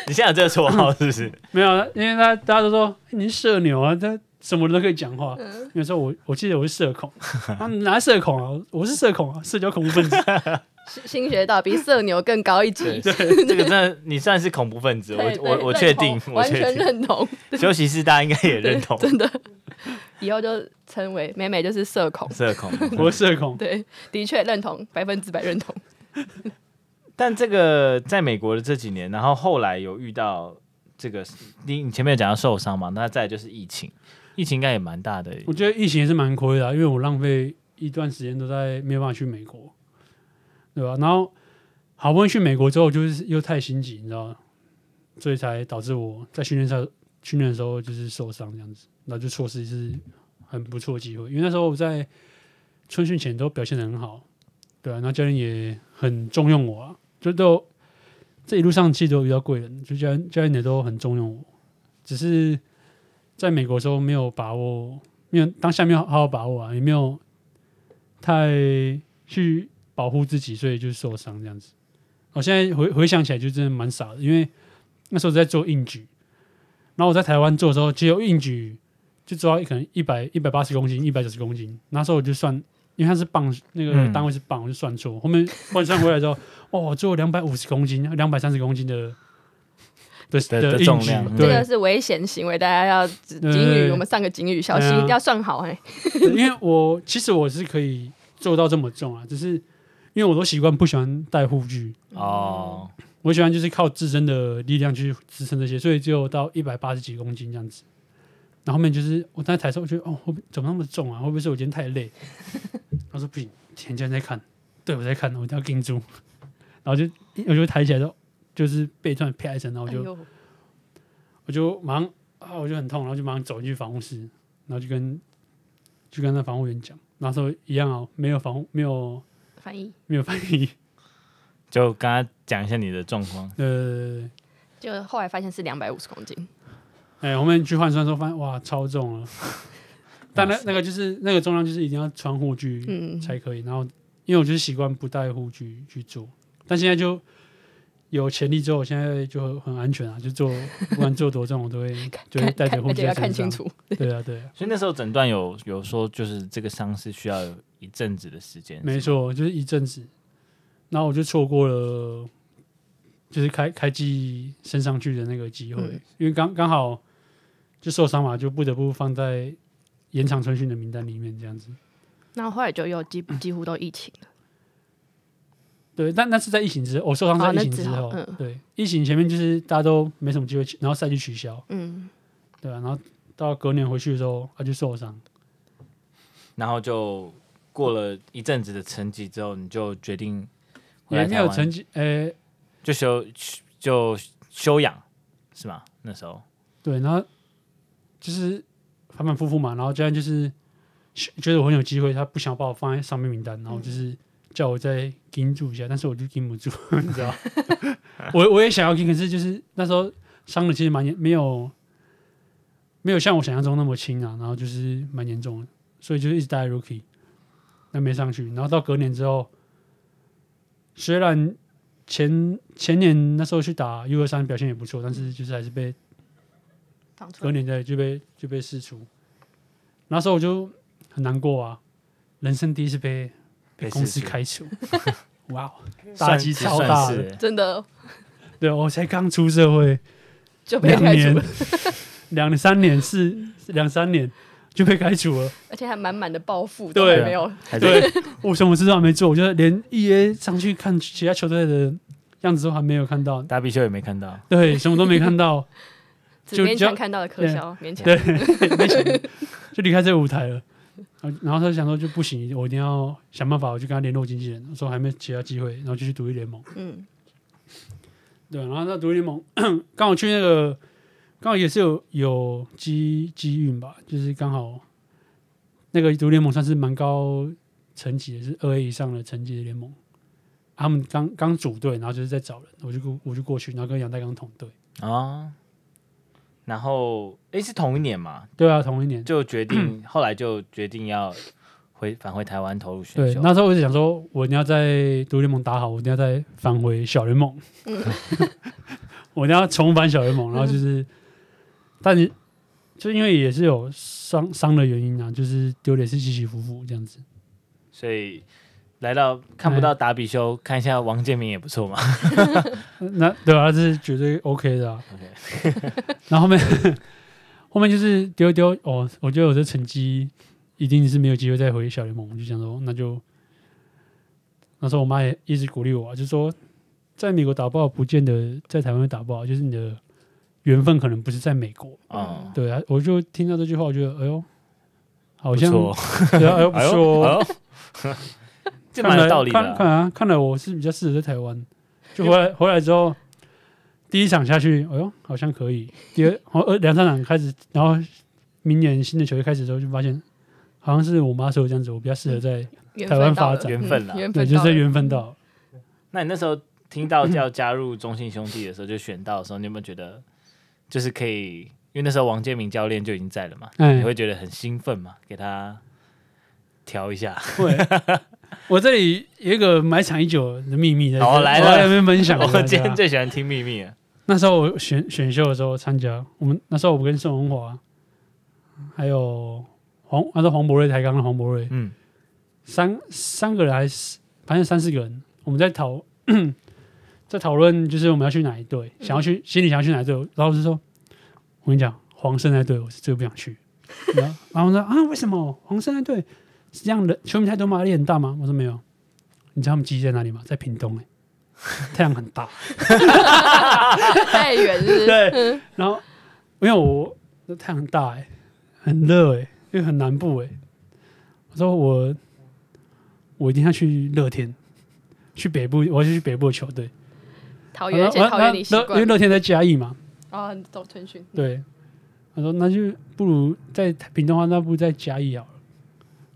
你现在有这个绰号是不是？
没有，啊因为大家大家都说、欸你是社牛啊，他什么人都可以讲话。
嗯
有时候我我记得我是社恐， 啊，你哪社恐啊？我是社恐啊，社交恐怖分子。
新新学到比社牛更高一
对
级。
这个真的你算是恐怖分子，
对
我我
对
我
认
确
同
定，我
完
确
全
定，
认同，
休息室大家应该也认同
真的。 以后就称为美美就是社恐，
社恐，
我是社恐，
对，的确认同，百分之百认同。
但这个在美国的这几年，然后后来有遇到
这个，你你前面有讲到受伤嘛，那再来就是疫情，疫情应该也蛮大的。
我觉得疫情也是蛮亏的啊、因为我浪费一段时间都在没有办法去美国，对吧？然后好不容易去美国之后，就是又太心急，你知道吗？所以才导致我在训练上训练的时候就是受伤这样子，然后就错失一次很不错的机会，因为那时候我在春训前都表现的很好，对啊，然后教练也很重用我啊，就都这一路上其实都有遇到贵人，就教练教练也都很重用我，只是在美国的时候没有把握，没有当下没有好好把握啊，也没有太去保护自己，所以就受伤这样子。我现在回回想起来就真的蛮傻的，因为那时候在做硬举，然后我在台湾做的时候，只有硬举就抓可能一百一百八十公斤、一百九十公斤，那时候我就算，因为它是磅，那个
嗯
单位是磅，我就算错。后面换算回来之后， 哦，我做两百五十公斤、两百三十公斤的的
的的
硬举
重量
这
嗯对，
个是危险行为，大家要警
对对
语，
对
我们上个警语，小心
对啊
要算好哎。
对因为我其实我是可以做到这么重啊，只是因为我都习惯不喜欢戴护具，
哦，
我喜欢就是靠自身的力量去支撑这些，所以只有到一百八十几公斤这样子。然后后面就是我在台上，我觉得哦，会不会怎么那么重啊？会不会是我今天太累？他说不行，田家在看，对我在看，我一定要盯住。 然后就我就抬起来之后，就是背突然啪一声，然后我
哎
就、
呦
我就马上啊，我就很痛，然后就马上走进去防护室，然后就跟就跟那防护员讲，那时候一样啊，没有防护，没有
翻译
没有翻译，
就跟他讲一下你的状况，
呃，
就后来发现是两百五十公斤，
哎、我们去换算的时候发现哇，超重了。但那那个就是那个重量就是一定要穿护具
嗯，
才可以。然后因为我就是习惯不带护具去做，但现在就有潜力之后，我现在就很安全啊，就做不管做多重，我都会就 会
看
带着
看
护
而且
具在
要看
身
清
上。
楚，
对啊，对啊，
所以那时候诊断有有说，就是这个伤是需要一阵子的时间，
没错，就是一阵子，然后我就错过了，就是开开季升上去的那个机会，
嗯
因为刚刚好就受伤嘛，就不得不放在延长春训的名单里面这样子。
然后后来就又几几乎都疫情了，
对，但那是在疫情之后，我、受伤是
哦那
在疫情之
之
后，
后嗯
对，疫情前面就是大家都没什么机会去，然后赛季取消，
嗯，
对吧、啊然后到隔年回去的时候，啊他、就受伤，
然后就过了一阵子的成绩之后，你就决定回
也
来
没
台
有
湾，
成绩，呃、
就休就休养是吗？那时候
对，然后就是反反复复嘛，然后教练就是觉得我很有机会，他不想把我放在上面名单，然后就是叫我再盯住一下，但是我就盯不住， 你知道？我我也想要盯，可是就是那时候伤的其实蛮严，没有没有像我想象中那么轻啊，然后就是蛮严重的，所以就一直待在 rookie，那没上去，然后到隔年之后，虽然。前前年那时候去打 U 二三表现也不错，但是就是还是被
放出
隔
来
年对就被就被释出，那时候我就很难过啊，人生第一次被被公司
被释出
开 除，哇哦，打
算
击
是
超
算
大
是
的，
真的
对我才刚出社会
就被
两
开除
年
了，，
两三年是两三年就被开除了，
而且还满满的抱负，
对
都没有，
还是
对，我什么事都还没做，我就连 EA 上去看其他球队的样子都还没有看到，
打比修也没看到，
对，什么都没看到，
只
就
勉
就
强看到了可
对
笑，勉强
对，没想到就离开这个舞台了。然后然后他就想说，就不行，我一定要想办法，我就跟他联络经纪人，我说还没其他机会，然后就去独立联盟。
嗯，
对，然后那独立联盟刚好去那个，刚好也是有有机机运吧，就是刚好那个独立联盟算是蛮高层级的，是二 A 以上的层级的联盟。他们刚刚组队，然后就是在找人，我就过我就过去，然后跟杨代刚同队。
哦
啊。然后，诶，是同一年嘛，
对啊，同一年。
就决定后来就决定要回返回台湾投入选
对，
秀。
那时候我就想说，我一定要在独立联盟打好，我一定要再返回小联盟，
嗯
我一定要重返小联盟。然后就是，但是就因为也是有伤伤的原因啊，就是丢脸是起起伏伏这样子。
所以来到看不到达比修，看一下王建民也不错嘛。
那对啊，这是绝对 OK 的、啊。
OK
然后后面后面就是丢丢哦，我觉得我这成绩一定是没有机会再回小联盟，我就想说那就那时候我妈也一直鼓励我、啊，就说在美国打不好不见得在台湾会打不好，就是你的缘分可能不是在美国。
嗯，
对啊，我就听到这句话，我觉得哎呦，好
不
像
错，
对啊，哎呦不
哎呦
错哦，
哎呦 这
看
蛮
来
有道理的
看看
啊。
啊，看来我是比较适合在台湾。就回来回来之后，第一场下去，哎呦，好像可以。第二，哦，呃，两三场开始，然后明年新的球队开始之后，就发现好像是我妈说的这样子，我比较适合在
缘
台
分
湾
到
发
了
展
缘分啦
嗯缘
对，
分
就是
到
在
了
缘分到。
那你那时候听到要加入中信兄弟的时候，就选到的时候，你有没有觉得就是可以？因为那时候王建民教练就已经在了嘛，
哎
你，会觉得很兴奋嘛？给他调一下，
会。我这里有一个埋藏已久的秘密在这，
好啊来
我
了
在那边分享一
我
下。
们今
对啊
天
吧
最喜欢听秘密了。啊
那时候我选选秀的时候参加，我们那时候我跟宋文华，还有黄，那时候黄博瑞台刚的黄博瑞，
嗯，
三三个人还是反正三四个人，我们在讨 在讨论，就是我们要去哪一队，想要去心里想要去哪一队。然后我就说，我跟你讲，黄胜那队我是最不想去。然后 然后我说啊，为什么黄胜那队是这样的？球迷太多吗？压力很大吗？我说没有，你知道他们基地在哪里吗？在屏东哎、太阳很大。
太远是不是
对，然后因为我那太阳很大哎、很热哎、又很南部哎、我说我我一定要去乐天，去北部，我要去北部的球队。
桃
我
园，而且
说
桃园你习
乐因为
惯
乐天在嘉义嘛，
哦，你走春训，
对。他说那就不如在屏东的话，那不如在嘉义好了。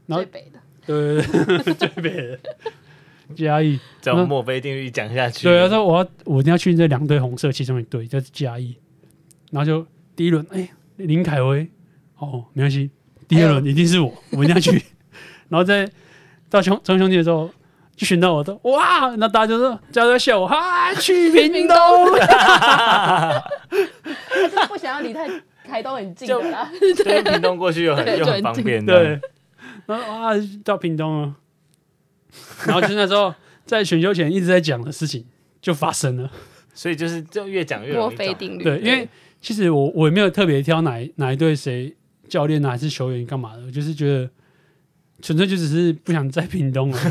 然后
最北的，
对对对，最北的嘉义。
只要墨菲定律一讲下去，
对，他啊说我要我一定要去这两队红色其中一队，就是嘉义。然后就第一轮，哎、林凯威，哦，没关系，第二轮一定是我，我一定要去。 然后再到兄中兄弟的时候，就选到我的，哇！那大家就说，大家都在笑我，哈，去屏东。
就是不想要离太台东很近的啦，
对，屏东过去又很
对
又
就
很
很
方
近
便的。
对，然后啊，到屏东了。然后就是那时候在选秀前一直在讲的事情，就发生了。
所以就是就越讲 越
墨
容易
菲
中。
定律，
对，因为其实我我也没有特别挑哪一哪一队谁教练啊还是球员干嘛的，我就是觉得纯粹就只是不想在屏东了。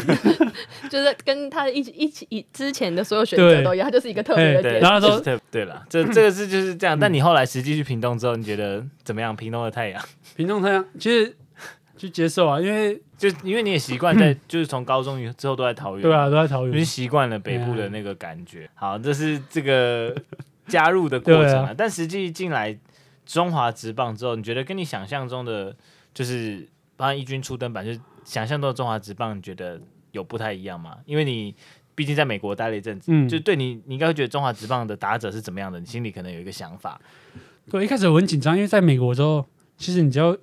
就是跟他一起一起以之前的所有选择都一样，他就是一个特别的
对，
点。
然后他说
就
嗯
是特对了，这这个是就是这样。但你后来实际去屏东之后，你觉得怎么样？屏东的太阳，
屏东太阳其实就接受啊，因为
就因为你也习惯 在，就是从高中以之后都在桃园，
对啊，都在桃
因为
园，
习惯了北部的那个感觉。好，这是这 个加入的过程
对
啊。但实际进来中华职棒之后，你觉得跟你想象中的，就是包含一军初登板，就是想象中的中华职棒，你觉得有不太一样吗？因为你毕竟在美国待了一阵子，
嗯
就对你，你应该会觉得中华职棒的打者是怎么样的，你心里可能有一个想法。
对，一开始我很紧张，因为在美国之后，其实你只要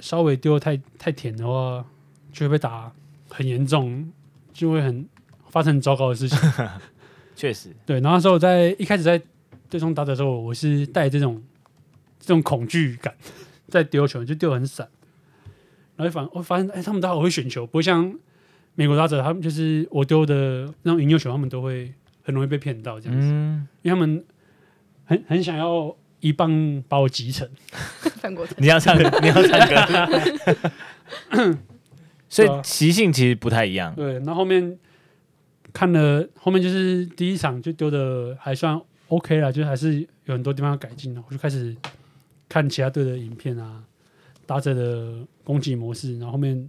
稍微丢得太太甜的话，就会被打很严重，就会很发生很糟糕的事情。
确实，
对，然后那时候我在一开始在对冲打者的时候，我是带这种这种恐惧感在丢球，就丢得很散。然后反我发现，哎、他们都好会选球，不会像美国打者，他们就是我丢的那种引诱球，他们都会很容易被骗到这样子，
嗯，
因为他们很很想要一棒把我击沉。
反过头，
你要唱，你要唱歌， 所以
对啊
习性其实不太一样。
对，然后后面看了后面就是第一场就丢的还算 OK 啦，就是还是有很多地方要改进的。我就开始看其他队的影片啊，打者的攻击模式，然后后面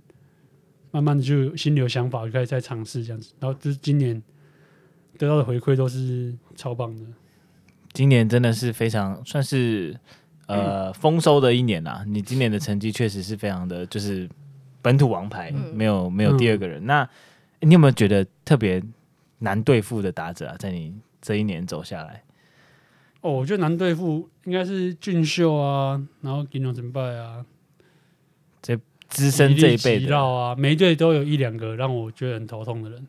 慢慢的就有心里有想法，我就开始在尝试这样子。然后就是今年得到的回馈都是超棒的，
今年真的是非常算是呃丰收的一年啊！你今年的成绩确实是非常的，就是本土王牌，
嗯
没有没有第二个人。那你有没有觉得特别难对付的打者啊？在你这一年走下来，
哦，我觉得难对付应该是俊秀啊，然后金龙成败啊，
资深这一辈
吉
的，
绕啊，每一队都有一两个让我觉得很头痛的人。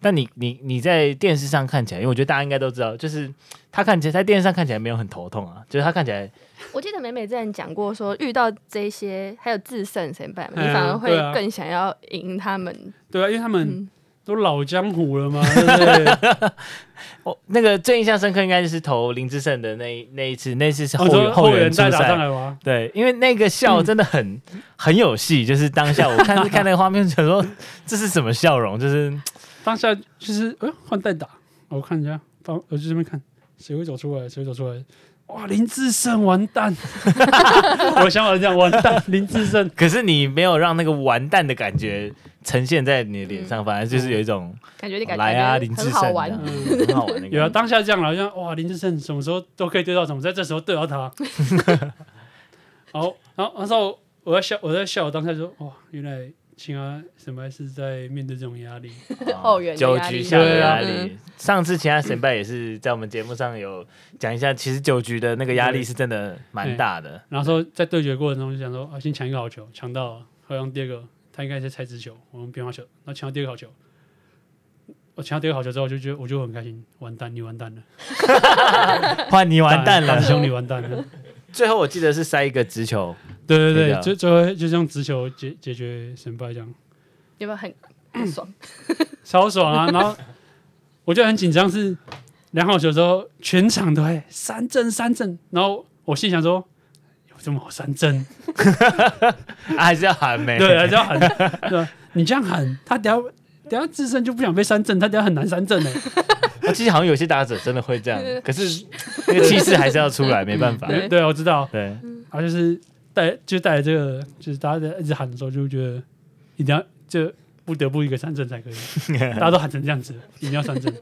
但你你你在电视上看起来，因为我觉得大家应该都知道，就是他看起来在电视上看起来没有很头痛啊，就是他看起来
我记得美美之前讲过说，遇到这些还有自胜谁办，你
哎呀
反而会
对啊
更想要赢他们。
对啊，因为他们
嗯，
都老江湖了嘛， 对不对？
哦，那个最印象深刻应该就是投林志胜的那一那一次，那一次哦是后
我说
后援出
再打
赛
上。来吗？
对，因为那个
嗯
笑真的很、很有戏，就是当 下我看看那个画面，想说这是什么笑容，就是
当下就是哎换代打，我看一下，放我就这边看谁会走出来，谁会走出来。哇，林志胜 完蛋！我的想法是这样，完蛋，林志胜
可是你没有让那个完蛋的感觉呈现在你的脸上，反而就是有一种
感觉你嗯感觉
来啊，
就是
林志
很
胜啊，
好玩，
嗯很好玩 的感觉。
有啊，当下这样了，好像哇，林志胜什么时候都可以对到什么，在这时候对 到他。好，然后那时候我在笑，我在笑，我当下就哇，原来青啊什么是在面对这种压力，
哦
后援的
酒
压
局
力
下的压
对啊
力。上次其他神拜也是在我们节目上有讲一下，其实酒局的那个压力是真的蛮大的。
然后说在对决过程中就想说啊，先抢一个好球，抢到了，好像第二个他应该是猜直球，我们变化球，然后抢到第二个好球。我抢到第二个好球之后，我就觉得我就很开心，完蛋，你完蛋了，
换你完蛋
大
了。
兄你完蛋了，
最后我记得是塞一个直球，
对对对，
对的
最最后就是用直球解解决神败这样。
有没有很很爽？
超爽啊！ 然后我就很紧张，是量好球之后，全场都在三振三振，然后我心想说。有这么好三振，
啊还是要喊没？
对，还是要喊，对啊你这样喊，他等下等下自身就不想被三振，他等下很难三振呢、
啊其实好像有些打者真的会这样，可是那个气势还是要出来，没办法。
对，啊对，我知道，
对，
然后就是带就带着这个，就是大家在一直喊的时候，就会觉得一定要就不得不一个三振才 可以，大家都喊成这样子，一定要三 振。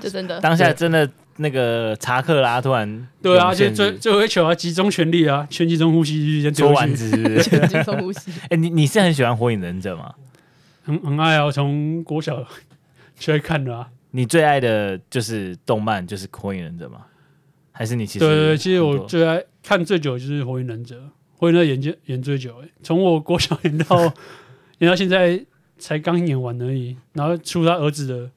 就真 的
当下真的那个查克拉突然
对啊，
涌
就
现
最最后一球啊，集中全力啊，全集中呼吸，先丢
搓
进去
丸子是不是，
全集中呼吸，
哎，你你是很喜欢火影忍者吗？
很很爱啊，我从国小 就会看的啊。
你最爱的就是动漫，就是《火影忍者》吗？还是你其
对
实
对对，其实
很
我
多
最爱看最久的就是《火影忍者》，《火影忍者》演最演最久、欸，从我国小演到演到现在才刚演完而已。然后出他儿子的，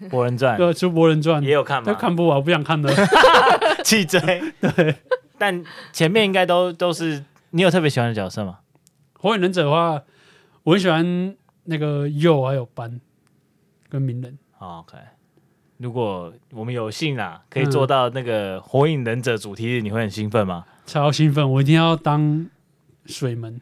呃
《博人传》
对，出《博人传
也》，有看
都
吗？
看不完，我不想看了。
气追对， 但前面应该都都是你有特别喜欢的角色吗？
《火影忍者》的话，我很喜欢那个鼬还有斑跟鸣人。
哦 OK，如果我们有幸啊，可以做到那个《火影忍者》主题日，你会很兴奋吗？
超兴奋！我一定要当水门，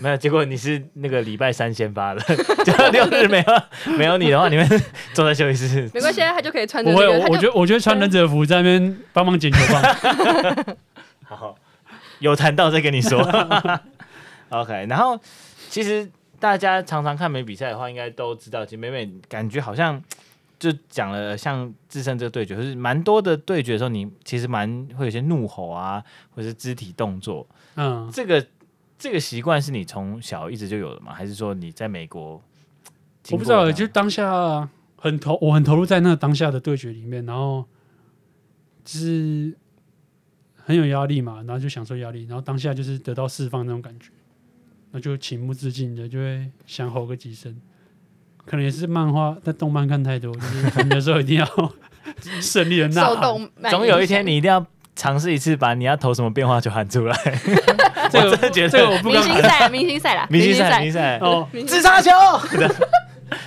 没有，结果你是那个礼拜三先发的， 就六日没有没有你的话，你们坐在休息室。
没关系，啊，他就可以穿着
不
那
会，
个，他
我我
就
觉得我觉得穿忍者服在那边帮忙捡球棒，
好，有谈到再跟你说。OK，然后其实大家常常看美比赛的话，应该都知道，其实美美感觉好像就讲了像自身这个对决，就是蛮多的对决的时候，你其实蛮会有些怒吼啊，或者是肢体动作。
嗯，
这个这个习惯是你从小一直就有的吗？还是说你在美国？
我不知道，就当下很投，我很投入在那个当下的对决里面，然后就是很有压力嘛，然后就享受压力，然后当下就是得到释放那种感觉，那就情不自禁的就会想吼个几声，可能也是漫画在动漫看太多，就是赢的时候一定要胜利的呐
受
喊，
动漫
总有一天
影响
你一定要尝试一次，把你要投什么变化球喊出来。
这
我真的觉得
个这个我不
明
敢
星赛，明星赛啦，
明星
星
赛，明星赛，
哦。
明 星
自杀球，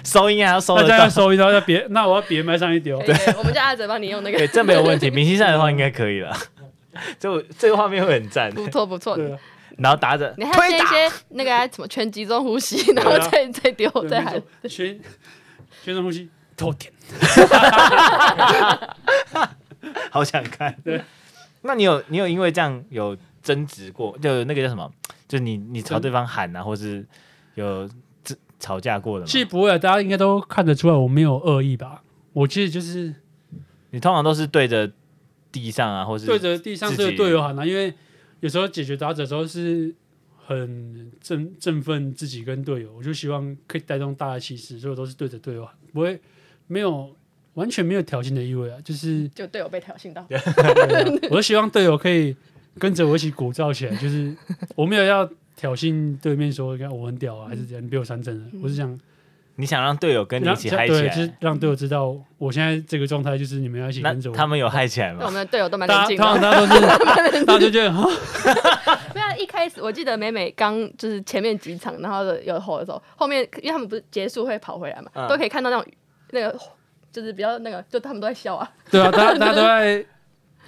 收音还要收
大
得
家要
到。
收一刀，要别那我要别麦上一丢
可以，对，我们叫阿哲帮你用那
对，
个，
这没有问题。明星赛的话应该可以了， 就这个画面会很赞。
不错不错。
对啊，
然后打着
你还
推
要
打，
先一些那个啊什么全集中呼吸，然后
对啊
再再丢
对
再
没
喊
错，全全身呼吸头点，
好想看。那你有你有因为这样有争执过，就有那个叫什么，就是你你朝对方喊啊，或是有这吵架过的
其实
吗？
不会啊，大家应该都看得出来我没有恶意吧？我其实就是
你通常都是对着地上啊，或是
对着地上这
自
个
己
队友喊啊，因为有时候解决打者的时候是很振振奋自己跟队友，我就希望可以带动大家气势，所以我都是对着队友喊，不会没有完全没有挑衅的意味啊， 就是
就队友被挑衅到，
我就希望队友可以跟着我一起鼓噪起来，就是我没有要挑衅对面说看我很屌
嗯
啊，还是怎样，你被我三振了，我是想
你想让队友跟你一
让
起
这
嗨起
对，就是
来，
让队友知道我现在这个状态，就是你们要一起
那
跟着我。
他们有嗨起来
那我
吗？
们的队友都蛮冷
大家
静
通常
的。
大家都 是大家就觉得哈哦
对啊，一开始我记得美美刚就是前面几场，然后有吼的时候，后面因为他们不是结束会跑回来嘛，
嗯
都可以看到那种那个就是比较那个，就他们都在笑啊，
对啊，大家大家都在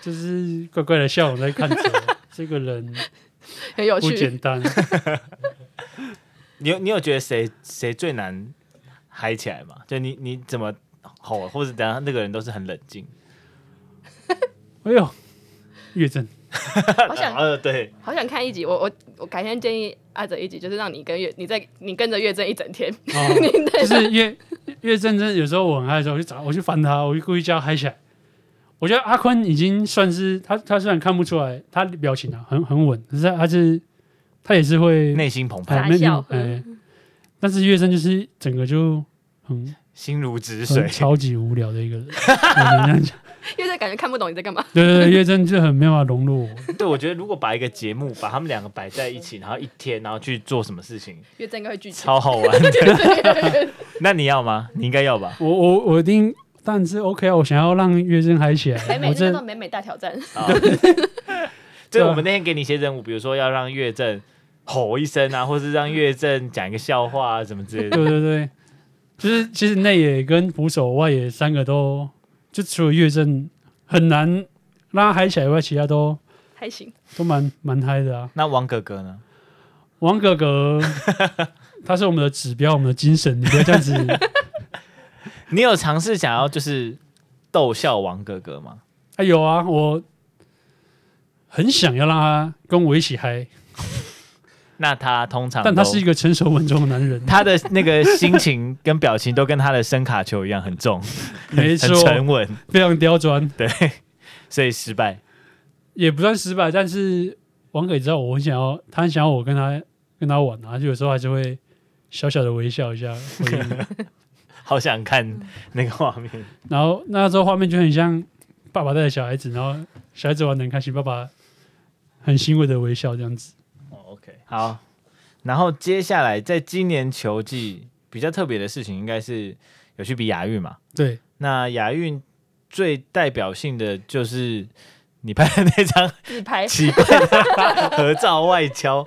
就是乖乖的笑，我在看 着这个人
很有
不
趣。
简单。
你有你有觉得谁谁最难嗨起来吗？就你你怎么吼，或者等下那个人都是很冷静，
哎呦，岳正，
好想
呃，对，
好想看一集，我我我改天建议阿哲一集，就是让你跟月你在你跟着月正一整天，
哦，就是岳岳正，真的有时候我很害羞，我去找我去烦他，我就故意叫他嗨起来。我觉得阿坤已经算是他，他虽然看不出来，他表情啊很很稳，可是他是他也是会
内心澎湃，
哎
傻
没没
笑
有哎，但是岳正就是整个就很
心如止水
很。超级无聊的一个人，我能这样讲。
月正感觉看不懂你在干嘛。
对对对，岳正就很没办法融入我。
对，我觉得如果把一个节目把他们两个摆在一起，然后一天，然后去做什么事情，
月正应该会拒绝。
超好 玩的。那你要吗？你应该要吧。
我我我一定，但是 OK 啊，我想要让岳正嗨起
北
来。
美
我
这
这
叫美美大挑战，
啊，
啊
就是我们那天给你一些任务，比如说要让岳正吼一声啊，或 是让岳正讲一个笑话啊，什么之类的。
对对对，就是其实内野跟捕手外野三个都，就除了岳正很难让他嗨起来以外，其他都
还行。
都蛮蛮嗨的啊。
那王哥哥呢？
王 哥哥，他是我们的指标，我们的精神，你不要这样子。
你有尝试想要就是逗笑王哥哥吗？
哎，有啊，我很想要让他跟我一起嗨，
那他通常都，，
但他是一个成熟稳重的男人
他的那个心情跟表情都跟他的声卡球一样很重，
没
很
错，
沉稳，
非常刁钻，
所以失败。
也不算失败。但是王可也知道我很想要，他很想要我跟他跟他玩啊，就有时候还是会小小的微笑一下回应。
好想看那个画面，
然后那时候画面就很像爸爸带着小孩子，然后小孩子玩的很开心，爸爸很欣慰的微笑这样子。
哦，OK，好。然后接下来，在今年球季比较特别的事情，应该是有去比亚运嘛？
对，
那亚运最代表性的就是你拍的那张
自拍
奇怪的合照外交，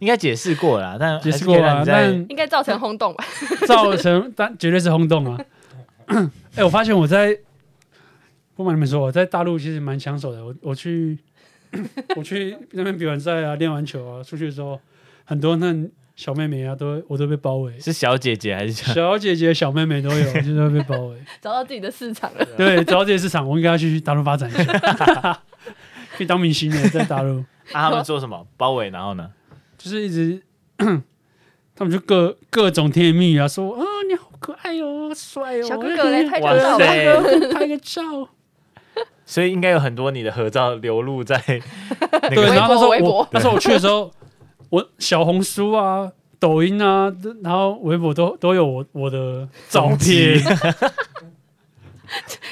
应该解释过了啦，但
解释过
了、，
啊，但
应该造成轰动吧？
造成但绝对是轰动啊！ 哎、我发现我在不瞒你们说，我在大陆其实蛮抢手的。我我去 我去那边比完赛啊，练完球啊，出去的时候，很多那小妹妹啊，都我都被包围
是小姐姐还是小？
小姐姐、小妹妹都有，就是会被包围。
找到自己的市场了。
对，找到这些市场，我应该要去大陆发展一下， 可以当明星的，在大陆
啊，他们做什么？包围，然后呢？
就是一直。 他们就各各种甜言蜜语啊，说啊、你好可爱哦，帅哦，
小哥哥来拍
张照吧哇塞
拍个照。
所以应该有很多你的合照流露在那
对，
个
然后那时候
微博微博
我那时候我去的时候，我小红书啊、抖音啊，都然后微博都都有我我的照
踪迹
片。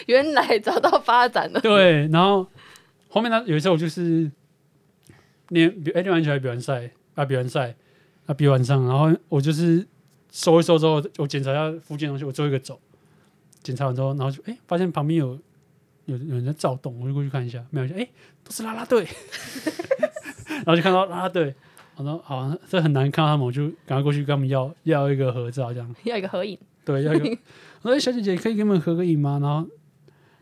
原来找到发展了，
对，然后后面呢，有一次我就是练比哎练完球还比完赛啊，比完赛啊比完上，然后我就是收一收之后，我检查一下附近的东西，我最后一个走，检查完之后，然后就哎、发现旁边有有有人在躁动，我就过去看一下，没有，就哎、都是啦啦队， 然后就看到啦啦队。我说好，这很难看到他们，我就赶快过去跟他们要要一个合照，这样。
要一个合影，
对，要一个。我说、欸小姐姐，可以给我们合个影吗？然后，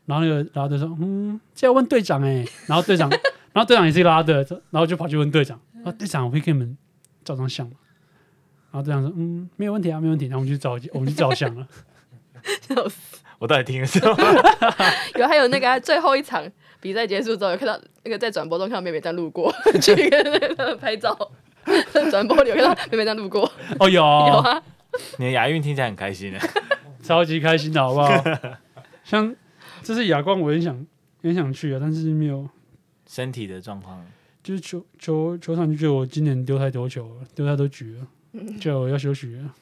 然后那个拉队说，嗯，这要问队长哎、然后队 长，然后队长也是拉队，然后就跑去问队长，啊，队长，我可以给你们照张相吗？然后队长说，嗯，没有问题啊，没有问题。然后我们去照，我们去照 相了。
笑死！
我到底听了什么？
有还有那个啊 最后一场比赛结束之后，有看到那个在转播中看到妹妹在路 过，去跟他们拍照。 转播里有看到 妹妹在路过，
哦，有，
有啊，
你的亚运听起来很开心呢。
超级开心的好不好？像这是亚冠，我很想，也很想去啊，但是没有，
身体的状况，
就是球球球场就觉得我今年丢太多球了，丢太多局了，
嗯
就我要休息了。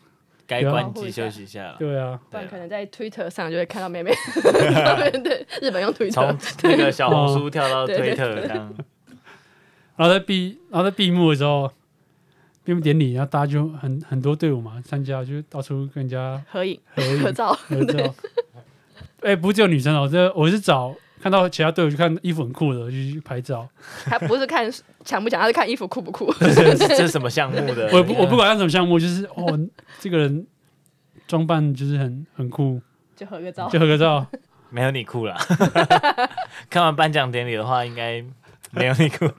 该关机休息一下了。
啊对啊，
不然
对啊
可能在 Twitter 上就会看到妹 妹。对，日本用
从那
Twitter，
个小红
哦
书跳到推特，这样
然后在闭，然后在闭幕的时候，闭幕典礼，然后大家就很很多队伍嘛参加，就到处跟人家
合影
合
合
影
照，
合照。哎、不是只有女生哦，这我是找看到其他队伍就看衣服很酷的，我就去拍照。
他不是看抢不抢，他是看衣服酷不酷。
这是这是什么项目的？
我也不我不管他什么项目，就是哦，这个人装扮就是很很酷，
就合个照
就。合个照。
没有你酷啦。 看完颁奖典礼的话，应该没有你酷。